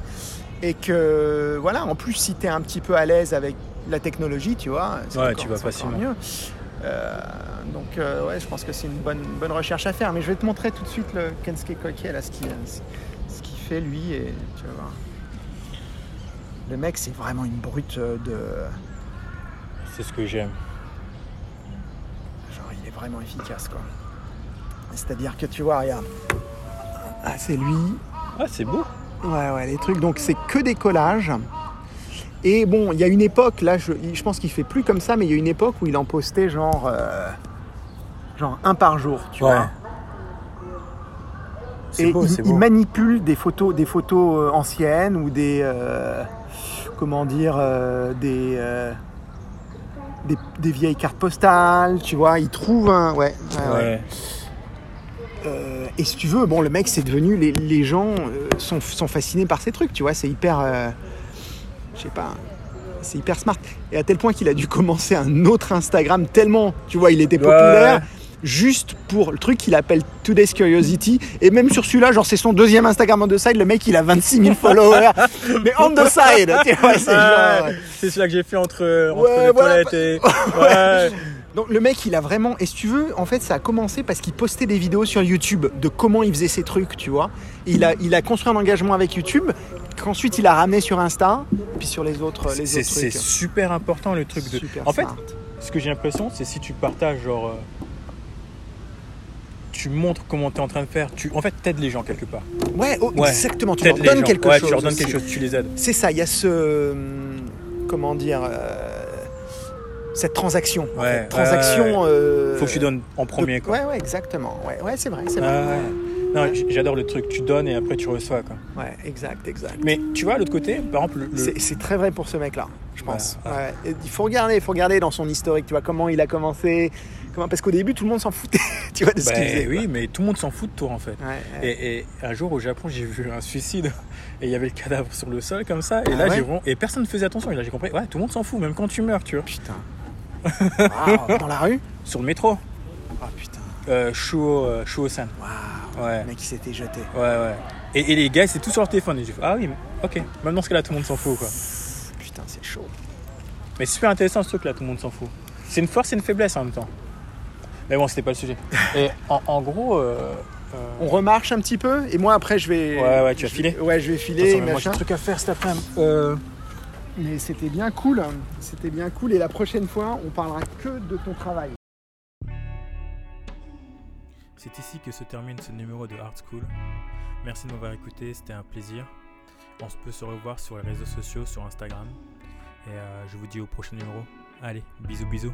S2: Et que, voilà, en plus, si tu es un petit peu à l'aise avec la technologie, tu vois, c'est
S3: Ouais,
S2: encore-
S3: tu vas
S2: c'est encore
S3: facilement.
S2: mieux. Euh, donc, euh, ouais, je pense que c'est une bonne, bonne recherche à faire. Mais je vais te montrer tout de suite le Kensuke Koike, là, ce qu'il ce qu'il fait, lui. Et tu vas voir. Le mec, c'est vraiment une brute euh, de.
S3: C'est ce que j'aime.
S2: Genre, il est vraiment efficace, quoi. C'est-à-dire que tu vois, regarde. Ah, c'est lui.
S3: Ah, c'est beau.
S2: Ouais, ouais, les trucs. Donc, c'est que des collages. Et bon, il y a une époque, là, je, je pense qu'il fait plus comme ça, mais il y a une époque où il en postait genre. euh, genre un par jour, tu
S3: Ouais.
S2: vois.
S3: C'est
S2: Et
S3: beau,
S2: il,
S3: c'est
S2: il
S3: beau.
S2: manipule des photos, des photos euh, anciennes ou des. euh, comment dire. euh, des, euh, des. des vieilles cartes postales, tu vois. Il trouve un. Ouais, ouais, ouais.
S3: Ouais.
S2: Euh, et si tu veux, bon, le mec, c'est devenu. Les, les gens euh, sont, sont fascinés par ces trucs, tu vois. C'est hyper. euh, Je sais pas. C'est hyper smart. Et à tel point qu'il a dû commencer un autre Instagram tellement, tu vois, il était
S3: Ouais.
S2: populaire. Juste pour le truc qu'il appelle Today's Curiosity. Et même sur celui-là, genre, c'est son deuxième Instagram on the side. Le mec, il a 26 000 followers. mais on the side, tu vois, c'est
S3: Ah,
S2: genre.
S3: c'est celui-là que j'ai fait entre, entre
S2: Ouais,
S3: les
S2: voilà, bah
S3: toilettes et. Ouais.
S2: Donc le mec, il a vraiment. Et si tu veux, en fait, ça a commencé parce qu'il postait des vidéos sur YouTube de comment il faisait ses trucs, tu vois. Il a, il a construit un engagement avec YouTube, qu'ensuite il a ramené sur Insta, puis sur les autres, les
S3: C'est
S2: autres
S3: c'est
S2: trucs.
S3: super important le truc de.
S2: Super
S3: en fait,
S2: smart.
S3: ce que j'ai l'impression, c'est si tu partages, genre. euh, tu montres comment tu es en train de faire. Tu, en fait, t'aides les gens quelque part.
S2: ouais, oh,
S3: ouais,
S2: exactement. Tu
S3: T'aides
S2: leur
S3: les
S2: donnes
S3: gens.
S2: quelque
S3: Ouais,
S2: chose.
S3: Tu leur donnes
S2: aussi.
S3: quelque chose, tu les aides.
S2: C'est ça. Il y a ce, hum, comment dire, euh, cette transaction. en
S3: Ouais,
S2: fait. transaction.
S3: ouais, ouais.
S2: euh,
S3: Faut que tu donnes en
S2: de-
S3: premier, quoi.
S2: Ouais, ouais, exactement. Ouais, ouais, c'est vrai, c'est
S3: Ah,
S2: vrai.
S3: ouais. Non, j- j'adore le truc. Tu donnes et après tu reçois, quoi.
S2: Ouais, exact, exact.
S3: Mais tu vois, à l'autre côté, par exemple, le- le-
S2: C'est c'est très vrai pour ce mec-là, je pense.
S3: Ouais,
S2: Ouais. Et Il faut regarder, il faut regarder dans son historique, tu vois, comment il a commencé, comment... parce qu'au début, tout le monde s'en foutait, tu vois, de ce
S3: Ben
S2: qu'il faisait. quoi.
S3: oui, mais tout le monde s'en fout de toi en fait.
S2: Ouais, ouais.
S3: Et, et un jour au Japon, j'ai vu un suicide et il y avait le cadavre sur le sol comme ça. Et
S2: Ah
S3: là,
S2: ouais
S3: j'ai vraiment- et personne ne faisait attention. Et là, j'ai compris. Ouais, tout le monde s'en fout, même quand tu meurs, tu vois.
S2: Putain. Waouh, dans la rue
S3: Sur le métro,
S2: Oh putain,
S3: euh, Shuo, euh, Shuo-san.
S2: waouh,
S3: Ouais,
S2: le mec il s'était jeté.
S3: ouais, ouais. Et, et les gars, c'est tout sur leur téléphone. Et j'ai fait, ah oui, mais- ok. Même dans ce cas-là, tout le monde s'en fout, quoi.
S2: Putain, c'est chaud.
S3: Mais c'est super intéressant ce truc-là, tout le monde s'en fout. C'est une force et une faiblesse en même temps. Mais bon, c'était pas le sujet. Et en, en gros, euh, euh,
S2: On remarche un petit peu, et moi après, je vais.
S3: Ouais, ouais, tu vas
S2: je-
S3: filer
S2: Ouais, je vais filer,
S3: attention, mais moi j'ai
S2: machin.
S3: un truc à faire cet après-midi. Euh,
S2: Mais c'était bien cool, c'était bien cool, et la prochaine fois, on parlera que de ton travail.
S1: C'est ici que se termine ce numéro de Hard School. Merci de m'avoir écouté, c'était un plaisir. On se peut se revoir sur les réseaux sociaux, sur Instagram. Et euh, je vous dis au prochain numéro. Allez, bisous bisous.